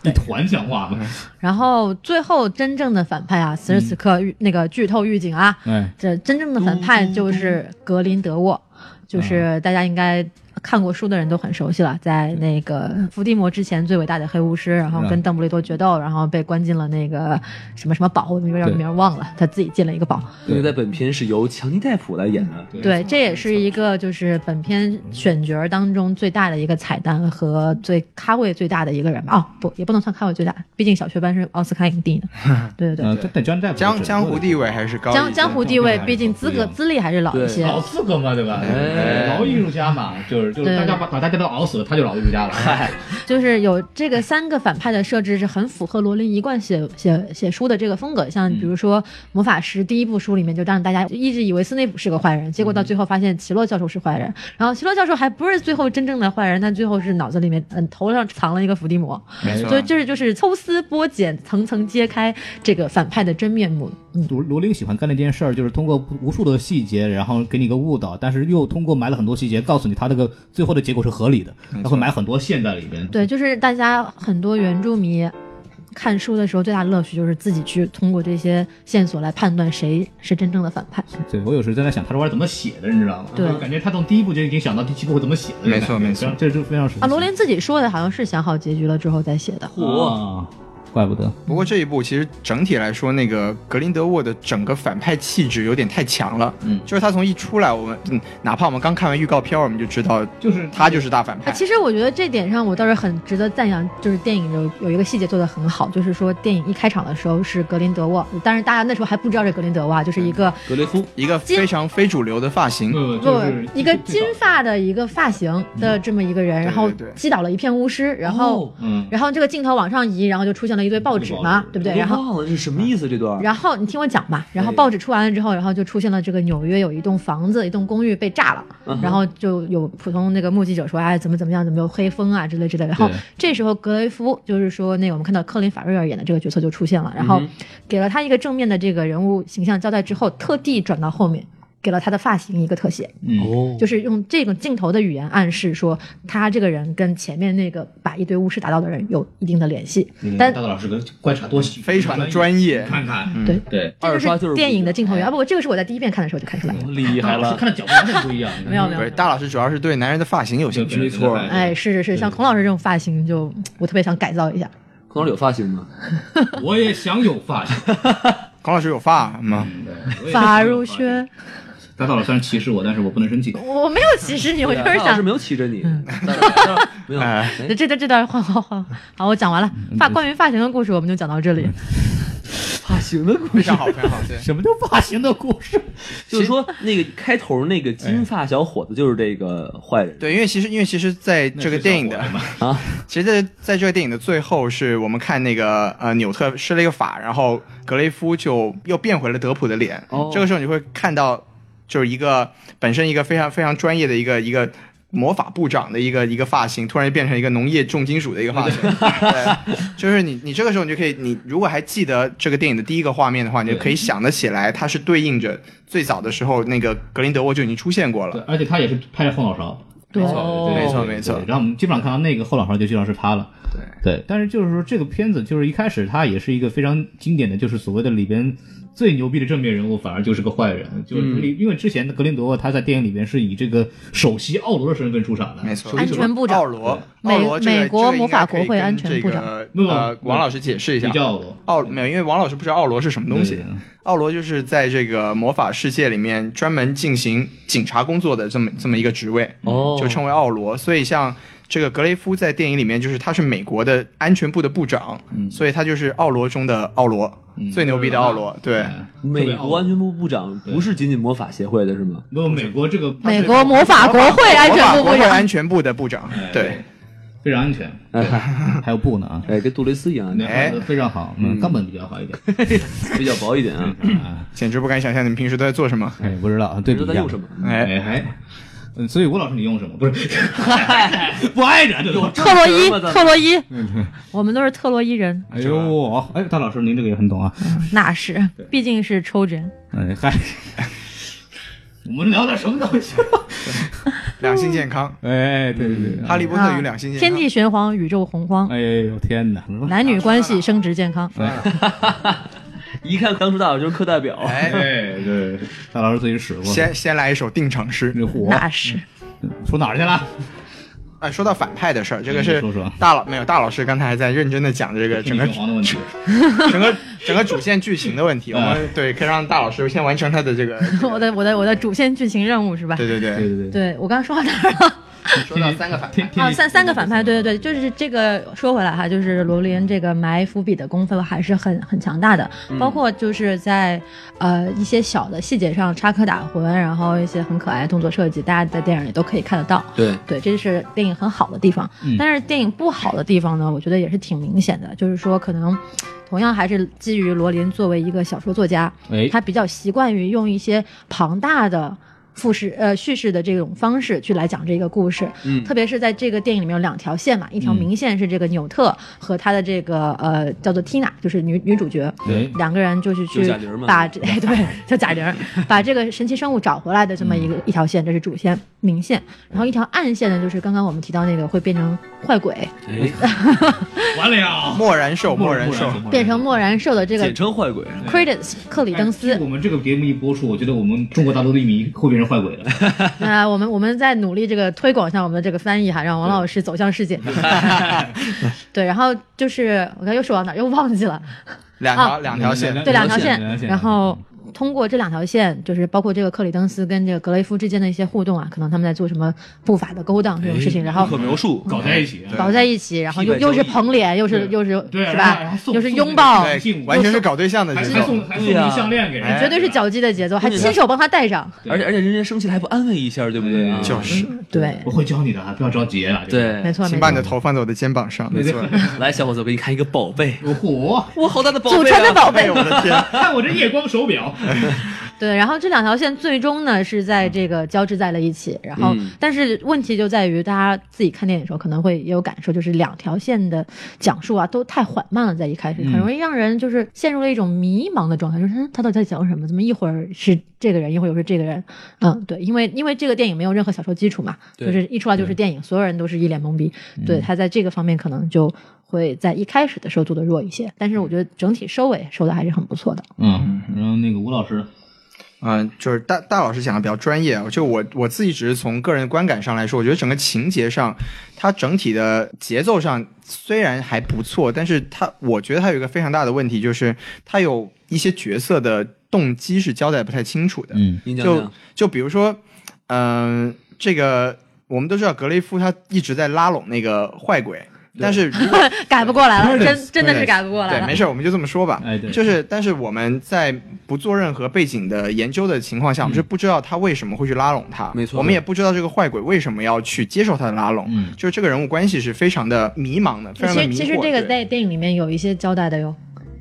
[SPEAKER 3] 一团讲话嘛，
[SPEAKER 1] 然后最后真正的反派啊，此时此刻预那个剧透预警啊，
[SPEAKER 3] 哎，
[SPEAKER 1] 这真正的反派就是格林德沃，就是大家应该看过书的人都很熟悉了，在那个伏地魔之前最伟大的黑巫师，然后跟邓布利多决斗，然后被关进了那个什么什么堡，我有点名儿忘了，他自己进了一个堡。
[SPEAKER 4] 因为在本片是由强尼戴普来演的，
[SPEAKER 1] 对，这也是一个就是本片选角儿当中最大的一个彩蛋和最咖位最大的一个人吧。哦，不，也不能算咖位最大，毕竟小学班是奥斯卡影帝呢。对对
[SPEAKER 3] 呃，
[SPEAKER 1] 对，
[SPEAKER 3] 但但江代
[SPEAKER 5] 江江湖地位还是高一些。
[SPEAKER 1] 江江湖地位，毕竟资格
[SPEAKER 3] 对
[SPEAKER 1] 资历还是老一些。
[SPEAKER 3] 老四哥嘛，对吧？
[SPEAKER 5] 哎
[SPEAKER 3] 老艺术家嘛，就是就是
[SPEAKER 1] 对
[SPEAKER 3] 大家把把大家都熬死了，他就老艺术家了。
[SPEAKER 1] 就是有这个三个反派的设置是很符合罗琳一贯写写写书的这个风格，像比如说《魔法师》第一部书里面就让大家一直以为斯内普是个坏人，结果到最后发现奇洛教授是坏人，然后奇洛教授还不是最后真正的坏人，但最后是脑子里面嗯头上藏了一个伏地魔，
[SPEAKER 3] 没
[SPEAKER 1] 所以这就是抽丝剥茧，层层揭开这个反派的真面目。嗯，
[SPEAKER 3] 罗罗琳喜欢干那件事儿，就是通过无数的细节，然后给你一个误导，但是又通过埋了很多细节，告诉你他这个最后的结果是合理的，他会埋很多线在里边。
[SPEAKER 1] 对，就是大家很多原著迷看书的时候最大的乐趣就是自己去通过这些线索来判断谁是真正的反派。
[SPEAKER 3] 对，我有时在那想他这玩意儿怎么写的，你知道吗？
[SPEAKER 1] 对
[SPEAKER 3] 我感觉他从第一部就已经想到第七部会怎么写的。
[SPEAKER 5] 没错没错
[SPEAKER 3] 这就非常神奇
[SPEAKER 1] 啊，罗琳自己说的好像是想好结局了之后再写的。
[SPEAKER 3] 啊，怪不得。
[SPEAKER 5] 不过这一部其实整体来说，那个格林德沃的整个反派气质有点太强了。
[SPEAKER 3] 嗯
[SPEAKER 5] 就是他从一出来，我们、嗯、哪怕我们刚看完预告片儿，我们就知道
[SPEAKER 3] 就是
[SPEAKER 5] 他就是大反
[SPEAKER 1] 啊，
[SPEAKER 5] 派。
[SPEAKER 1] 其实我觉得这点上我倒是很值得赞扬，就是电影有有一个细节做得很好，就是说电影一开场的时候是格林德沃，当然大家那时候还不知道这格林德沃啊，就是一个
[SPEAKER 4] 格雷夫
[SPEAKER 5] 一个非常非主流的发型，
[SPEAKER 3] 不
[SPEAKER 1] 不嗯一个金发的一个发型的这么一个人，然后
[SPEAKER 5] 对对对
[SPEAKER 1] 击倒了一片巫师，然后、
[SPEAKER 3] 嗯，
[SPEAKER 1] 然后这个镜头往上移，然后就出哦现了一堆报纸嘛，对不对？然后
[SPEAKER 4] 忘了是什么意思这段，
[SPEAKER 1] 然后你听我讲吧，
[SPEAKER 4] 哎
[SPEAKER 1] 然后报纸出完了之后，然后就出现了这个纽约有一栋房子，一栋公寓被炸了，
[SPEAKER 4] 嗯哼
[SPEAKER 1] 然后就有普通那个目击者说，哎，怎么怎么样，怎么有黑风啊之类之类的。然后
[SPEAKER 3] 对
[SPEAKER 1] 这时候格雷夫就是说，那个我们看到科林法瑞尔演的这个角色就出现
[SPEAKER 4] 嗯
[SPEAKER 1] 了，然后给了他一个正面的这个人物形象交代之后，特地转到后面。给了他的发型一个特写，
[SPEAKER 3] 嗯
[SPEAKER 4] 哦
[SPEAKER 1] 就是用这种镜头的语言暗示说，他这个人跟前面那个把一堆巫师打倒的人有一定的联系。但
[SPEAKER 3] 嗯大大老师跟观察多细，
[SPEAKER 5] 非常的专业。
[SPEAKER 3] 看看，
[SPEAKER 4] 嗯
[SPEAKER 1] 对，
[SPEAKER 3] 对，
[SPEAKER 1] 这
[SPEAKER 4] 二刷就
[SPEAKER 1] 就是是电影的镜头语言啊！不过这个是我在第一遍看的时候就看出来了。
[SPEAKER 3] 嗯
[SPEAKER 4] 厉害
[SPEAKER 3] 老师
[SPEAKER 4] 了，
[SPEAKER 3] 看的角度完全不一样。
[SPEAKER 1] 没有没有
[SPEAKER 5] 对，大老师主要是对男人的发型有兴趣。
[SPEAKER 3] 没错
[SPEAKER 1] 哎，是是是，像孔老师这种发型就，我特别想改造一下。
[SPEAKER 4] 孔老师有发型吗？
[SPEAKER 3] 我也想有发型，
[SPEAKER 5] 孔老师有发嗯吗？
[SPEAKER 3] 嗯
[SPEAKER 1] 发如。雪，
[SPEAKER 3] 大大老师虽然歧视我，但是我不能生气。
[SPEAKER 1] 我没有歧视
[SPEAKER 4] 啊
[SPEAKER 1] 你，我就是
[SPEAKER 4] 老师
[SPEAKER 1] 想嗯
[SPEAKER 4] 没有骑着你， 没有，
[SPEAKER 5] 哎
[SPEAKER 4] 哎
[SPEAKER 1] 这这段这段换换换。好，我讲完了发关于发型的故事，我们就讲到这里。
[SPEAKER 4] 发型的故事
[SPEAKER 5] 非常好，非常好。对，
[SPEAKER 3] 什么叫发型的故事？
[SPEAKER 4] 就是说那个开头那个金发小伙子就是这个坏人，
[SPEAKER 5] 对，因为其实因为其实在这个电影的
[SPEAKER 3] 那是小伙子
[SPEAKER 4] 啊，
[SPEAKER 5] 其实在在这个电影的最后，是我们看那个呃纽特施了一个法，然后格雷夫就又变回了德普的脸。
[SPEAKER 4] 哦
[SPEAKER 5] 这个时候你会看到，就是一个本身一个非常非常专业的一个一个。魔法部长的一个一个发型，突然就变成一个农业重金属的一个发型，对，就是你你这个时候你就可以，你如果还记得这个电影的第一个画面的话，你就可以想得起来，它是对应着最早的时候那个格林德沃就已经出现过
[SPEAKER 3] 对
[SPEAKER 5] 了，，
[SPEAKER 3] 而且他也是拍后脑勺。
[SPEAKER 1] 对，
[SPEAKER 4] 哦
[SPEAKER 3] 对
[SPEAKER 5] 没错
[SPEAKER 3] 对
[SPEAKER 5] 没错
[SPEAKER 3] 对然后我们基本上看到那个后脑勺就基本上是他了。
[SPEAKER 5] 对。
[SPEAKER 3] 对，但是就是说这个片子就是一开始它也是一个非常经典的，就是所谓的里边最牛逼的正面人物反而就是个坏人，就是里因为之前的格林德沃他在电影里边是以这个首席奥罗的身份出场的，
[SPEAKER 5] 没错，
[SPEAKER 1] 安全部长
[SPEAKER 5] 奥罗，
[SPEAKER 1] 美
[SPEAKER 5] 奥罗这个
[SPEAKER 1] 美国魔法国会安全部。
[SPEAKER 5] 这
[SPEAKER 1] 长
[SPEAKER 5] 个应该可以跟这
[SPEAKER 3] 不
[SPEAKER 5] 个呃，王老师解释一
[SPEAKER 3] 比
[SPEAKER 5] 下。
[SPEAKER 3] 较奥罗。
[SPEAKER 5] 奥没有，因为王老师不知道奥罗是什么东
[SPEAKER 3] 对
[SPEAKER 5] 西。奥罗就是在这个魔法世界里面专门进行警察工作的这么这么一个职位，
[SPEAKER 4] 哦
[SPEAKER 5] 就称为奥罗。所以像这个格雷夫在电影里面，就是他是美国的安全部的部长，
[SPEAKER 3] 嗯
[SPEAKER 5] 所以他就是奥罗中的奥罗，最牛逼的奥
[SPEAKER 3] 嗯
[SPEAKER 5] 罗。对，
[SPEAKER 4] 美国安全部部长不是仅仅魔法协会的是吗？
[SPEAKER 3] 没有美国这个
[SPEAKER 1] 美国魔法国会安
[SPEAKER 5] 魔法
[SPEAKER 1] 全部
[SPEAKER 5] 国
[SPEAKER 1] 部
[SPEAKER 5] 会
[SPEAKER 1] 长
[SPEAKER 5] 安。全部的部长，
[SPEAKER 3] 哎
[SPEAKER 5] 对。
[SPEAKER 3] 非常安全，对，还有布呢啊，
[SPEAKER 4] 哎哎，跟杜蕾斯一样，
[SPEAKER 3] 那画的非常好，嗯，冈本比较好一点，
[SPEAKER 4] 比较薄一点啊。
[SPEAKER 5] 简直不敢想象你们平时都在做什么。
[SPEAKER 3] 哎，不知道啊对
[SPEAKER 4] 你
[SPEAKER 3] 比
[SPEAKER 4] 说
[SPEAKER 3] 一
[SPEAKER 4] 他
[SPEAKER 3] 下
[SPEAKER 4] 用什么？
[SPEAKER 5] 哎，
[SPEAKER 3] 哎还，嗯，所以吴老师你用什么？不是，不挨着，啊对吧？
[SPEAKER 1] 特洛伊
[SPEAKER 4] 这是什么，的
[SPEAKER 1] 特洛伊，我们都是特洛伊人，
[SPEAKER 3] 哎呦，哎，大老师您这个也很懂啊，
[SPEAKER 1] 那是，毕竟是抽人。
[SPEAKER 3] 哎嗨，我们聊点什么东西？
[SPEAKER 5] 两性健康，
[SPEAKER 3] 哎，对对对，
[SPEAKER 5] 嗯哈利波特与两性健康。
[SPEAKER 1] 啊天地玄黄，宇宙洪荒，
[SPEAKER 3] 哎呦天哪，
[SPEAKER 1] 男女关系、生殖健康。
[SPEAKER 4] 一看当初大佬就是课代表，
[SPEAKER 3] 哎
[SPEAKER 5] 哎，
[SPEAKER 3] 对，大老师自己使过，
[SPEAKER 5] 先先来一首定场诗，
[SPEAKER 3] 这火
[SPEAKER 1] 那是，
[SPEAKER 3] 说哪儿去了？
[SPEAKER 5] 哎，说到反派的事儿，这
[SPEAKER 3] 嗯
[SPEAKER 5] 个
[SPEAKER 3] 你
[SPEAKER 5] 是
[SPEAKER 3] 说说
[SPEAKER 5] 大佬没有大老师刚才还在认真的讲这个整个
[SPEAKER 3] 女皇的问题，
[SPEAKER 5] 整个整个主线剧情的问题，我们对可以让大老师先完成他的 这个。
[SPEAKER 1] 我的我的我的主线剧情任务是吧？
[SPEAKER 5] 对对
[SPEAKER 3] 对
[SPEAKER 5] 对，
[SPEAKER 3] 对对，
[SPEAKER 1] 对我刚刚说到哪儿了？
[SPEAKER 5] 说到三个反
[SPEAKER 3] 天
[SPEAKER 5] 派，
[SPEAKER 3] 天
[SPEAKER 1] 啊，三三个反派，对对对，就是这个。说回来哈，就是罗琳这个埋伏笔的功夫还是很很强大的，包括就是在呃一些小的细节上插科打诨，然后一些很可爱的动作设计，大家在电影里都可以看得到。
[SPEAKER 4] 对，
[SPEAKER 1] 对，这是电影很好的地方。
[SPEAKER 3] 嗯
[SPEAKER 1] 但是电影不好的地方呢，我觉得也是挺明显的，就是说可能。同样还是基于罗琳作为一个小说作家，
[SPEAKER 3] 哎
[SPEAKER 1] 他比较习惯于用一些庞大的复式呃叙事的这种方式去来讲这个故事。
[SPEAKER 4] 嗯
[SPEAKER 1] 特别是在这个电影里面有两条线嘛，一条
[SPEAKER 3] 嗯
[SPEAKER 1] 明线是这个纽特和他的这个呃叫做 Tina，就是女女主角，
[SPEAKER 3] 哎
[SPEAKER 1] 两个人就是
[SPEAKER 4] 就
[SPEAKER 1] 去
[SPEAKER 4] 贾玲嘛
[SPEAKER 1] 把这哎对 叫贾 玲儿，把这个神奇生物找回来的这么
[SPEAKER 4] 嗯
[SPEAKER 1] 一个、一条线，这是主线明线，然后一条暗线呢，就是刚刚我们提到那个会变成坏鬼，
[SPEAKER 4] 哎
[SPEAKER 3] 完了，
[SPEAKER 5] 默然兽，默然兽，
[SPEAKER 1] 变成默然兽的这个
[SPEAKER 4] 简称坏鬼，啊
[SPEAKER 1] Credence 克里登斯
[SPEAKER 3] 哎我。们这个节目一播出，我觉得我们中国大陆的一迷会变成坏鬼的。
[SPEAKER 1] 那、我们我们在努力这个推广一下我们的这个翻译哈，让王老师走向世界。对，然后就是我刚又说到哪儿又忘记了，
[SPEAKER 5] 两条
[SPEAKER 1] 啊
[SPEAKER 5] 两条线，
[SPEAKER 1] 对两条
[SPEAKER 4] 线
[SPEAKER 3] 两条线
[SPEAKER 1] 然后通过这两条线，就是包括这个克里登斯跟这个格雷夫之间的一些互动啊，可能他们在做什么不法的勾当哎这种事情，然后
[SPEAKER 4] 不可描述，
[SPEAKER 3] 搞在一起，啊
[SPEAKER 1] 搞在一起，然后又
[SPEAKER 4] 屁股
[SPEAKER 1] 又
[SPEAKER 4] 交易
[SPEAKER 1] 是捧脸，又是
[SPEAKER 3] 对
[SPEAKER 1] 又是
[SPEAKER 3] 对啊然
[SPEAKER 1] 是吧
[SPEAKER 3] 后，送
[SPEAKER 1] 又是拥抱，
[SPEAKER 3] 送
[SPEAKER 5] 对，完全是搞对象的
[SPEAKER 3] 还
[SPEAKER 5] 节
[SPEAKER 3] 还
[SPEAKER 5] 奏
[SPEAKER 3] 送。还送一项链给人，
[SPEAKER 5] 哎
[SPEAKER 1] 啊绝对是脚击的节奏，还
[SPEAKER 4] 对
[SPEAKER 1] 亲手帮他戴上。
[SPEAKER 4] 而且而且人家生气了还不安慰一下，对不对啊？
[SPEAKER 3] 嗯
[SPEAKER 5] 就是，
[SPEAKER 1] 对，
[SPEAKER 3] 我会教你的啊，不要着急啊。这个，
[SPEAKER 1] 哎没
[SPEAKER 4] 对，
[SPEAKER 1] 错没
[SPEAKER 5] 请把你
[SPEAKER 1] 错
[SPEAKER 5] 的。头放在我的肩膀上，没错。
[SPEAKER 4] 来小伙子，我给你看一个宝贝，
[SPEAKER 3] 我嚯，
[SPEAKER 4] 哇，好大的宝
[SPEAKER 1] 祖
[SPEAKER 4] 贝
[SPEAKER 1] 传的
[SPEAKER 4] 啊！
[SPEAKER 1] 宝
[SPEAKER 5] 哎
[SPEAKER 1] 贝
[SPEAKER 5] 呦，我，的天！
[SPEAKER 3] 看我这夜光手表，
[SPEAKER 1] 对，然后这两条线最终呢是在这个交织在了一起，然后、
[SPEAKER 4] 嗯
[SPEAKER 1] 但是问题就在于大家自己看电影的时候可能会也有感受，就是两条线的讲述啊都太缓慢了，在一开始
[SPEAKER 3] 嗯
[SPEAKER 1] 很容易让人就是陷入了一种迷茫的状态，就是嗯他到底在讲什么？怎么一会儿是这个人，一会儿又是这个人？嗯，对，因为因为这个电影没有任何小说基础嘛，
[SPEAKER 4] 对嗯
[SPEAKER 1] 就是一出来就是电影，所有人都是一脸懵逼，对他在这个方面可能就。会在一开始的时候做的弱一些，但是
[SPEAKER 4] 嗯
[SPEAKER 1] 我觉得整体收尾收的还是很不错的。
[SPEAKER 3] 嗯，然后那个吴老师，
[SPEAKER 5] 嗯，就是大大老师讲的比较专业啊，就我我自己只是从个人观感上来说，我觉得整个情节上，它整体的节奏上虽然还不错，但是它我觉得它有一个非常大的问题，就是它有一些角色的动机是交代不太清楚的。
[SPEAKER 3] 嗯
[SPEAKER 4] 你讲
[SPEAKER 5] 就
[SPEAKER 4] 讲，
[SPEAKER 5] 就比如说，嗯、这个我们都知道格雷夫他一直在拉拢那个坏鬼，但是如果
[SPEAKER 1] 改不过来 了，真啊真的
[SPEAKER 5] 对
[SPEAKER 1] 是改不过来
[SPEAKER 5] 对，
[SPEAKER 1] 了
[SPEAKER 5] 没。事，我们就这么说吧。
[SPEAKER 3] 哎对
[SPEAKER 5] 就是，但是我们在不做任何背景的研究的情况下，我们是
[SPEAKER 3] 嗯
[SPEAKER 5] 不知道他为什么会去拉拢他，
[SPEAKER 4] 没错
[SPEAKER 5] 我们也不知道这个坏鬼为什么要去接受他的拉拢，
[SPEAKER 3] 嗯
[SPEAKER 5] 就是这个人物关系是非常的迷茫的，非常
[SPEAKER 1] 其
[SPEAKER 5] 的
[SPEAKER 1] 实
[SPEAKER 5] 迷惑。
[SPEAKER 1] 其实这个
[SPEAKER 5] 对
[SPEAKER 1] 在电影里面有一些交代的哟，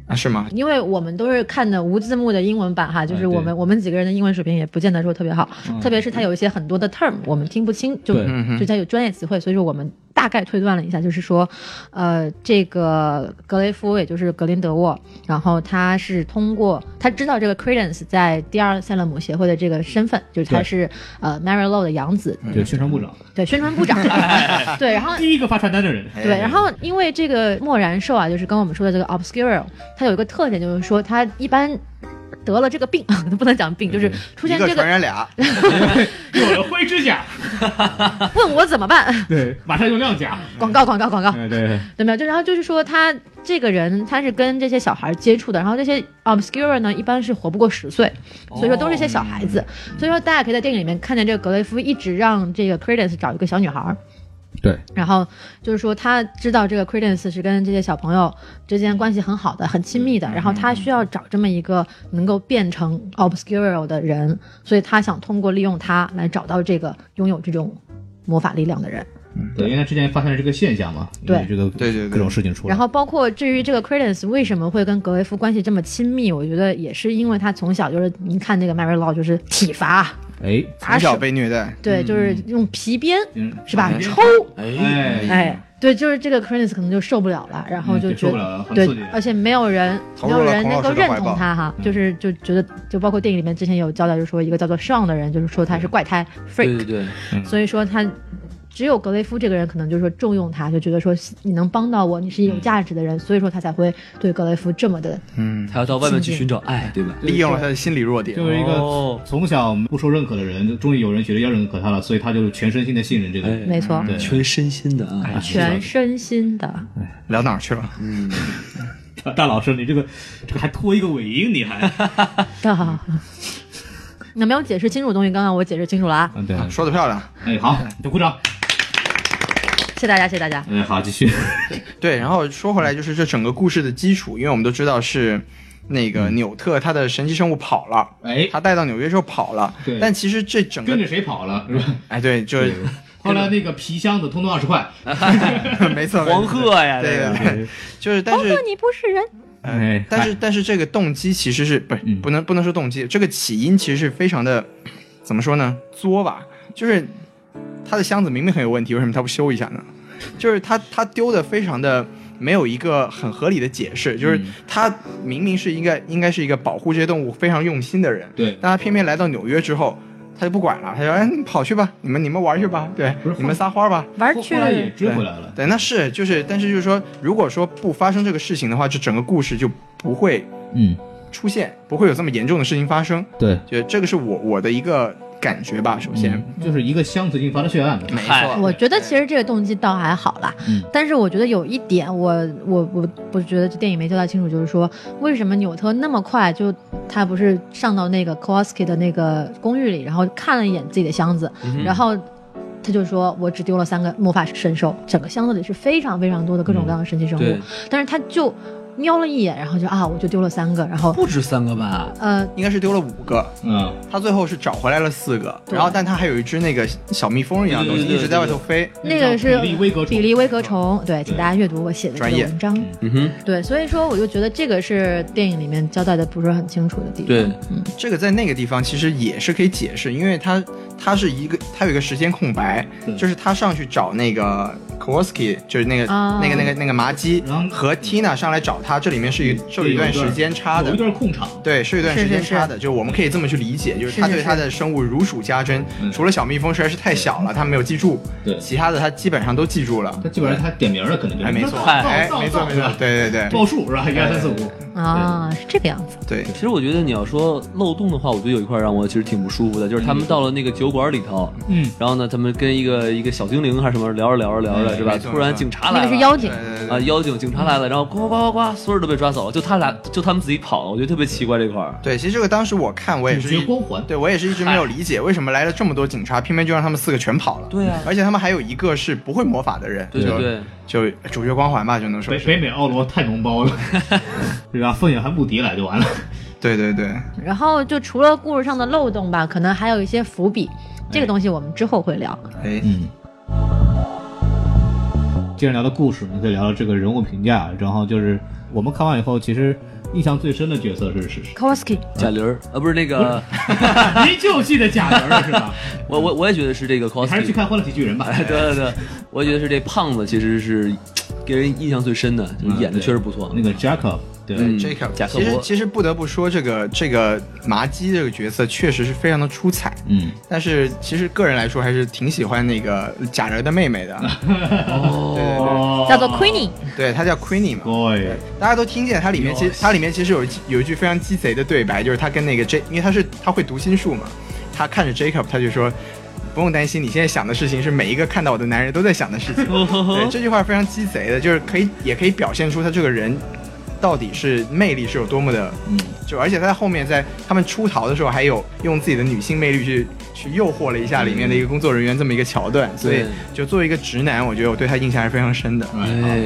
[SPEAKER 5] 啊是吗？
[SPEAKER 1] 因为我们都是看的无字幕的英文版
[SPEAKER 5] 啊
[SPEAKER 1] 哈，就是
[SPEAKER 3] 对
[SPEAKER 1] 我们、我们几个人的英文水平也不见得说特别好，
[SPEAKER 3] 嗯
[SPEAKER 1] 特别是它有一些很多的 term 我们听不清，就
[SPEAKER 3] 对
[SPEAKER 5] 嗯哼
[SPEAKER 1] 就它有专业词汇，所以说我们大概推断了一下，就是说，呃，这个格雷夫也就是格林德沃，然后他是通过他知道这个 Credence 在第二塞勒姆协会的这个身份，就是他
[SPEAKER 3] 对
[SPEAKER 1] 是呃 Mary Low 的养 子，
[SPEAKER 3] 对，宣传部长，
[SPEAKER 1] 对宣传部长，对，然后
[SPEAKER 3] 第一个发传单的人，
[SPEAKER 5] 哎
[SPEAKER 1] 对，然后因为这个默然兽啊，就是刚刚我们说的这个 obscure，它有一个特点，就是说它一般得了这个病， 不能讲病，就是出
[SPEAKER 5] 嗯一
[SPEAKER 1] 现
[SPEAKER 5] 个
[SPEAKER 1] 这
[SPEAKER 5] 传
[SPEAKER 1] 个
[SPEAKER 5] 染俩，
[SPEAKER 3] 有了灰指甲，
[SPEAKER 1] 问我怎么 办？
[SPEAKER 3] 对，马上用亮甲，
[SPEAKER 1] 广告广告广告，
[SPEAKER 3] 哎对，
[SPEAKER 1] 对没有？就然后就是说他这个人他是跟这些小孩接触的，然后这些 obscure 呢一般是活不过十岁，所以说都是一些小孩子，所以说大家可以在电影里面看见这个格雷夫一直让这个 Credence 找一个小女孩儿。
[SPEAKER 3] 对，
[SPEAKER 1] 然后就是说，他知道这个 Credence 是跟这些小朋友之间关系很好的、很亲密的，然后他需要找这么一个能够变成 Obscuro 的人，所以他想通过利用他来找到这个拥有这种魔法力量的人。
[SPEAKER 3] 对，因为他之前发现了这个现象嘛，
[SPEAKER 1] 对
[SPEAKER 3] 因为这个
[SPEAKER 5] 对对对
[SPEAKER 3] 各种事情出来，
[SPEAKER 1] 然后包括至于这个 Credence 为什么会跟格雷夫关系这么亲密，我觉得也是因为他从小就是你看那个 Mary Law 就是体罚，
[SPEAKER 3] 哎，
[SPEAKER 1] 打
[SPEAKER 5] 从小
[SPEAKER 1] 手，
[SPEAKER 5] 被虐待，
[SPEAKER 1] 对，就是用皮鞭
[SPEAKER 3] 嗯
[SPEAKER 1] 是吧
[SPEAKER 3] 哎
[SPEAKER 1] 抽，
[SPEAKER 3] 哎
[SPEAKER 1] 哎，对，就是这个 Credence 可能就受不了了，然后
[SPEAKER 3] 嗯
[SPEAKER 1] 就
[SPEAKER 3] 对
[SPEAKER 1] 觉
[SPEAKER 3] 受不了了
[SPEAKER 1] 得
[SPEAKER 3] 很
[SPEAKER 1] 对
[SPEAKER 3] 刺激，嗯
[SPEAKER 1] 而且没有人
[SPEAKER 5] 投
[SPEAKER 1] 没
[SPEAKER 5] 入了
[SPEAKER 1] 有人
[SPEAKER 5] 孔
[SPEAKER 1] 能
[SPEAKER 5] 老
[SPEAKER 1] 够
[SPEAKER 5] 师的
[SPEAKER 1] 认
[SPEAKER 5] 怀
[SPEAKER 1] 同
[SPEAKER 5] 抱
[SPEAKER 1] 他哈，就是就觉得就包括电影里面之前有交代，就说一个叫做 Sean 的人，就是说他是怪胎
[SPEAKER 4] 对对
[SPEAKER 3] 嗯
[SPEAKER 1] freak，
[SPEAKER 4] 对，
[SPEAKER 1] 所以说他。只有格雷夫这个人可能就是说重用他，就觉得说你能帮到我，你是有价值的
[SPEAKER 3] 嗯
[SPEAKER 1] 人，所以说他才会对格雷夫这么的。
[SPEAKER 5] 嗯，
[SPEAKER 4] 他要到外面去寻找爱，对吧？
[SPEAKER 5] 利用了他的心理弱点。
[SPEAKER 3] 就是一
[SPEAKER 4] 哦
[SPEAKER 3] 个从小不受认可的人，终于有人觉得要认可他了，所以他就全身心的信任这个人。
[SPEAKER 4] 哎
[SPEAKER 1] 没错，
[SPEAKER 3] 对，
[SPEAKER 4] 全身心的啊，
[SPEAKER 1] 全身心的。
[SPEAKER 5] 聊哪儿去了？
[SPEAKER 3] 嗯大老师，你这个这个还拖一个尾音，你还嗯
[SPEAKER 1] 啊， 那没有解释清楚的东西，刚刚我解释清楚了啊，
[SPEAKER 3] 嗯对，
[SPEAKER 5] 说的漂亮。
[SPEAKER 3] 哎好，就鼓掌。
[SPEAKER 1] 谢谢大家，谢谢大家。
[SPEAKER 3] 哎好，继续。
[SPEAKER 5] 对，然后说回来，就是这整个故事的基础，因为我们都知道是那个
[SPEAKER 3] 嗯
[SPEAKER 5] 纽特他的神奇生物跑了，
[SPEAKER 3] 哎，
[SPEAKER 5] 他带到纽约之后跑了
[SPEAKER 3] 对。
[SPEAKER 5] 但其实这整
[SPEAKER 3] 跟
[SPEAKER 5] 个，
[SPEAKER 3] 着谁跑了是吧？
[SPEAKER 5] 哎，对，就
[SPEAKER 3] 后来那个皮箱子通通二十块。
[SPEAKER 5] 没错，
[SPEAKER 4] 黄鹤呀，
[SPEAKER 5] 哎对
[SPEAKER 4] 这
[SPEAKER 5] 对
[SPEAKER 4] 个
[SPEAKER 5] 对，就是但是
[SPEAKER 1] 哦你不是人，
[SPEAKER 3] 哎，
[SPEAKER 5] 但是但是这个动机其实是不是
[SPEAKER 3] 嗯
[SPEAKER 5] 不能不能说动机，这个起因其实是非常的怎么说呢？作吧，就是他的箱子明明很有问题，为什么他不修一下呢？就是他他丢的非常的没有一个很合理的解释，就是
[SPEAKER 3] 嗯
[SPEAKER 5] 他明明是应该应该是一个保护这些动物非常用心的人，
[SPEAKER 3] 对
[SPEAKER 5] 但他偏偏来到纽约之后。他就不管了，他说：“哎，你跑去吧，你们你们玩去吧，对
[SPEAKER 3] 哦不是，
[SPEAKER 5] 你们撒欢儿吧。
[SPEAKER 1] 玩
[SPEAKER 3] 后
[SPEAKER 1] 去
[SPEAKER 3] 后来也追回来了。
[SPEAKER 5] 对，那是就是，但是就是说，如果说不发生这个事情的话，就整个故事就不会
[SPEAKER 3] 嗯，
[SPEAKER 5] 出现，不会有这么严重的事情发生。
[SPEAKER 3] 对，
[SPEAKER 5] 就这个是我我的一个感觉吧。首先，
[SPEAKER 3] 就是一个箱子引发了血案。
[SPEAKER 5] 没
[SPEAKER 4] 嗨
[SPEAKER 5] 错，
[SPEAKER 1] 我觉得其实这个动机倒还好啦，
[SPEAKER 3] 嗯
[SPEAKER 1] 但是我觉得有一点我，我我我觉得这电影没交代清楚，就是说为什么纽特那么快就他不是上到那个 Kowalski 的那个公寓里，然后看了一眼自己的箱子，然后他就说我只丢了三个魔法神兽，整个箱子里是非常非常多的各种各样的神奇生物，
[SPEAKER 4] 对，
[SPEAKER 1] 但是他就瞄了一眼，然后就啊我就丢了三个，然后
[SPEAKER 4] 不止三个吧？
[SPEAKER 1] 呃
[SPEAKER 5] 应该是丢了五个，
[SPEAKER 3] 嗯，
[SPEAKER 5] 他最后是找回来了四个，
[SPEAKER 1] 对
[SPEAKER 5] 然后但他还有一只那个小蜜蜂一样的东西
[SPEAKER 4] 对对对
[SPEAKER 5] 一直在外头飞。
[SPEAKER 1] 那个是
[SPEAKER 3] 比利威格虫
[SPEAKER 1] 比利威格虫，对，请大家阅读我写的这
[SPEAKER 5] 专
[SPEAKER 1] 个
[SPEAKER 5] 业
[SPEAKER 1] 文章。
[SPEAKER 4] 嗯哼，
[SPEAKER 1] 对，所以说我就觉得这个是电影里面交代的不是很清楚的地方。
[SPEAKER 4] 对，
[SPEAKER 5] 这个在那个地方其实也是可以解释，因为他他是一个他有一个时间空白
[SPEAKER 3] 对，
[SPEAKER 5] 就是他上去找那个 Kowalski，就是那个、
[SPEAKER 1] 啊
[SPEAKER 5] 那个那个那个麻鸡
[SPEAKER 3] 然后
[SPEAKER 5] 和 Tina 上来找他，这里面是一
[SPEAKER 3] 对
[SPEAKER 5] 是有一段时间差的，
[SPEAKER 3] 有一段空场。
[SPEAKER 5] 对，是有一段时间
[SPEAKER 1] 是是
[SPEAKER 5] 差的，就是我们可以这么去理解，就是他
[SPEAKER 1] 是是
[SPEAKER 5] 对他的生物如数家珍，
[SPEAKER 3] 嗯
[SPEAKER 5] 除了小蜜蜂实在是太小了，他没有记住，
[SPEAKER 3] 对
[SPEAKER 5] 其他的他基本上都记住了
[SPEAKER 3] 他。基本上他点名了，可能就是
[SPEAKER 5] 哎，没错，
[SPEAKER 3] 造
[SPEAKER 5] 哎，
[SPEAKER 3] 造
[SPEAKER 5] 没错，
[SPEAKER 3] 造
[SPEAKER 5] 没
[SPEAKER 3] 是
[SPEAKER 5] 错
[SPEAKER 3] 吧，
[SPEAKER 5] 对对哎对
[SPEAKER 3] 报数是吧？一二三四五。
[SPEAKER 1] 啊，是这个样子。
[SPEAKER 5] 对，
[SPEAKER 4] 其实我觉得你要说漏洞的话，我觉得有一块让我其实挺不舒服的，就是他们到了那个酒馆里头，
[SPEAKER 3] 嗯，
[SPEAKER 4] 然后呢，他们跟一个一个小精灵还是什么聊着聊着聊着，
[SPEAKER 3] 哎
[SPEAKER 4] 是吧？
[SPEAKER 5] 没错
[SPEAKER 4] 突然警察来
[SPEAKER 1] 那
[SPEAKER 4] 了，
[SPEAKER 1] 个是妖精
[SPEAKER 5] 对，对
[SPEAKER 4] 啊，
[SPEAKER 5] 对。
[SPEAKER 4] 妖精，警察来了，然后呱呱呱呱呱，所有人都被抓走了，就他俩，就他们自己跑了，我觉得特别奇怪这块儿。
[SPEAKER 5] 对，其实这个当时我看我也
[SPEAKER 3] 主
[SPEAKER 5] 是
[SPEAKER 3] 角
[SPEAKER 5] 一，
[SPEAKER 3] 光环。
[SPEAKER 5] 对我也是一直没有理解为什么来了这么多警察，偏偏就让他们四个全跑了。
[SPEAKER 4] 对啊
[SPEAKER 5] 而且他们还有一个是不会魔法的人，
[SPEAKER 4] 对对对，
[SPEAKER 5] 就就主角光环吧，就能说
[SPEAKER 3] 北
[SPEAKER 5] 是。
[SPEAKER 3] 北美奥罗太脓包 了，是吧？凤眼还穆迪来就完了。
[SPEAKER 5] 对对对，
[SPEAKER 1] 然后就除了故事上的漏洞吧，可能还有一些伏笔，这个东西我们之后会聊。
[SPEAKER 5] 哎，
[SPEAKER 3] 嗯。既然聊到故事，我们再聊聊这个人物评价。然后就是我们看完以后，其实印象最深的角色是是，是
[SPEAKER 1] Kowalski，
[SPEAKER 4] 贾玲儿，啊，不是那个，
[SPEAKER 3] 您就记得贾玲 儿是吧？
[SPEAKER 4] 我我我也觉得是这个 cos，
[SPEAKER 3] 还是去看《欢乐喜剧人》 吧。
[SPEAKER 4] 对哎对对，我也觉得是这胖子其实是给人印象最深的，就是演的确实不错。
[SPEAKER 3] 那个 Jacob，对，
[SPEAKER 4] 嗯
[SPEAKER 5] Jacob，
[SPEAKER 4] 贾克
[SPEAKER 5] 其实
[SPEAKER 4] 伯
[SPEAKER 5] 其实不得不说，这个这个麻鸡这个角色确实是非常的出彩。
[SPEAKER 3] 嗯，
[SPEAKER 5] 但是其实个人来说，还是挺喜欢那个贾玲的妹妹的，啊
[SPEAKER 4] 哦，
[SPEAKER 1] 叫做 Queenie，
[SPEAKER 5] 对，她叫 Queenie 嘛。
[SPEAKER 3] 对，
[SPEAKER 5] 大家都听见她里面其实她里面其实有一句有一句非常鸡贼的对白，就是她跟那个 J，因为她是她会读心术嘛，她看着 Jacob，她就说。不用担心，你现在想的事情是每一个看到我的男人都在想的事情。对，这句话非常鸡贼的，就是可以也可以表现出他这个人到底是魅力是有多么的，
[SPEAKER 3] 嗯，
[SPEAKER 5] 就而且他在后面在他们出逃的时候，还有用自己的女性魅力去去诱惑了一下里面的一个工作人员这么一个桥段，所以
[SPEAKER 4] 对
[SPEAKER 5] 就作为一个直男，我觉得我对他印象还是非常深的。
[SPEAKER 4] 哎，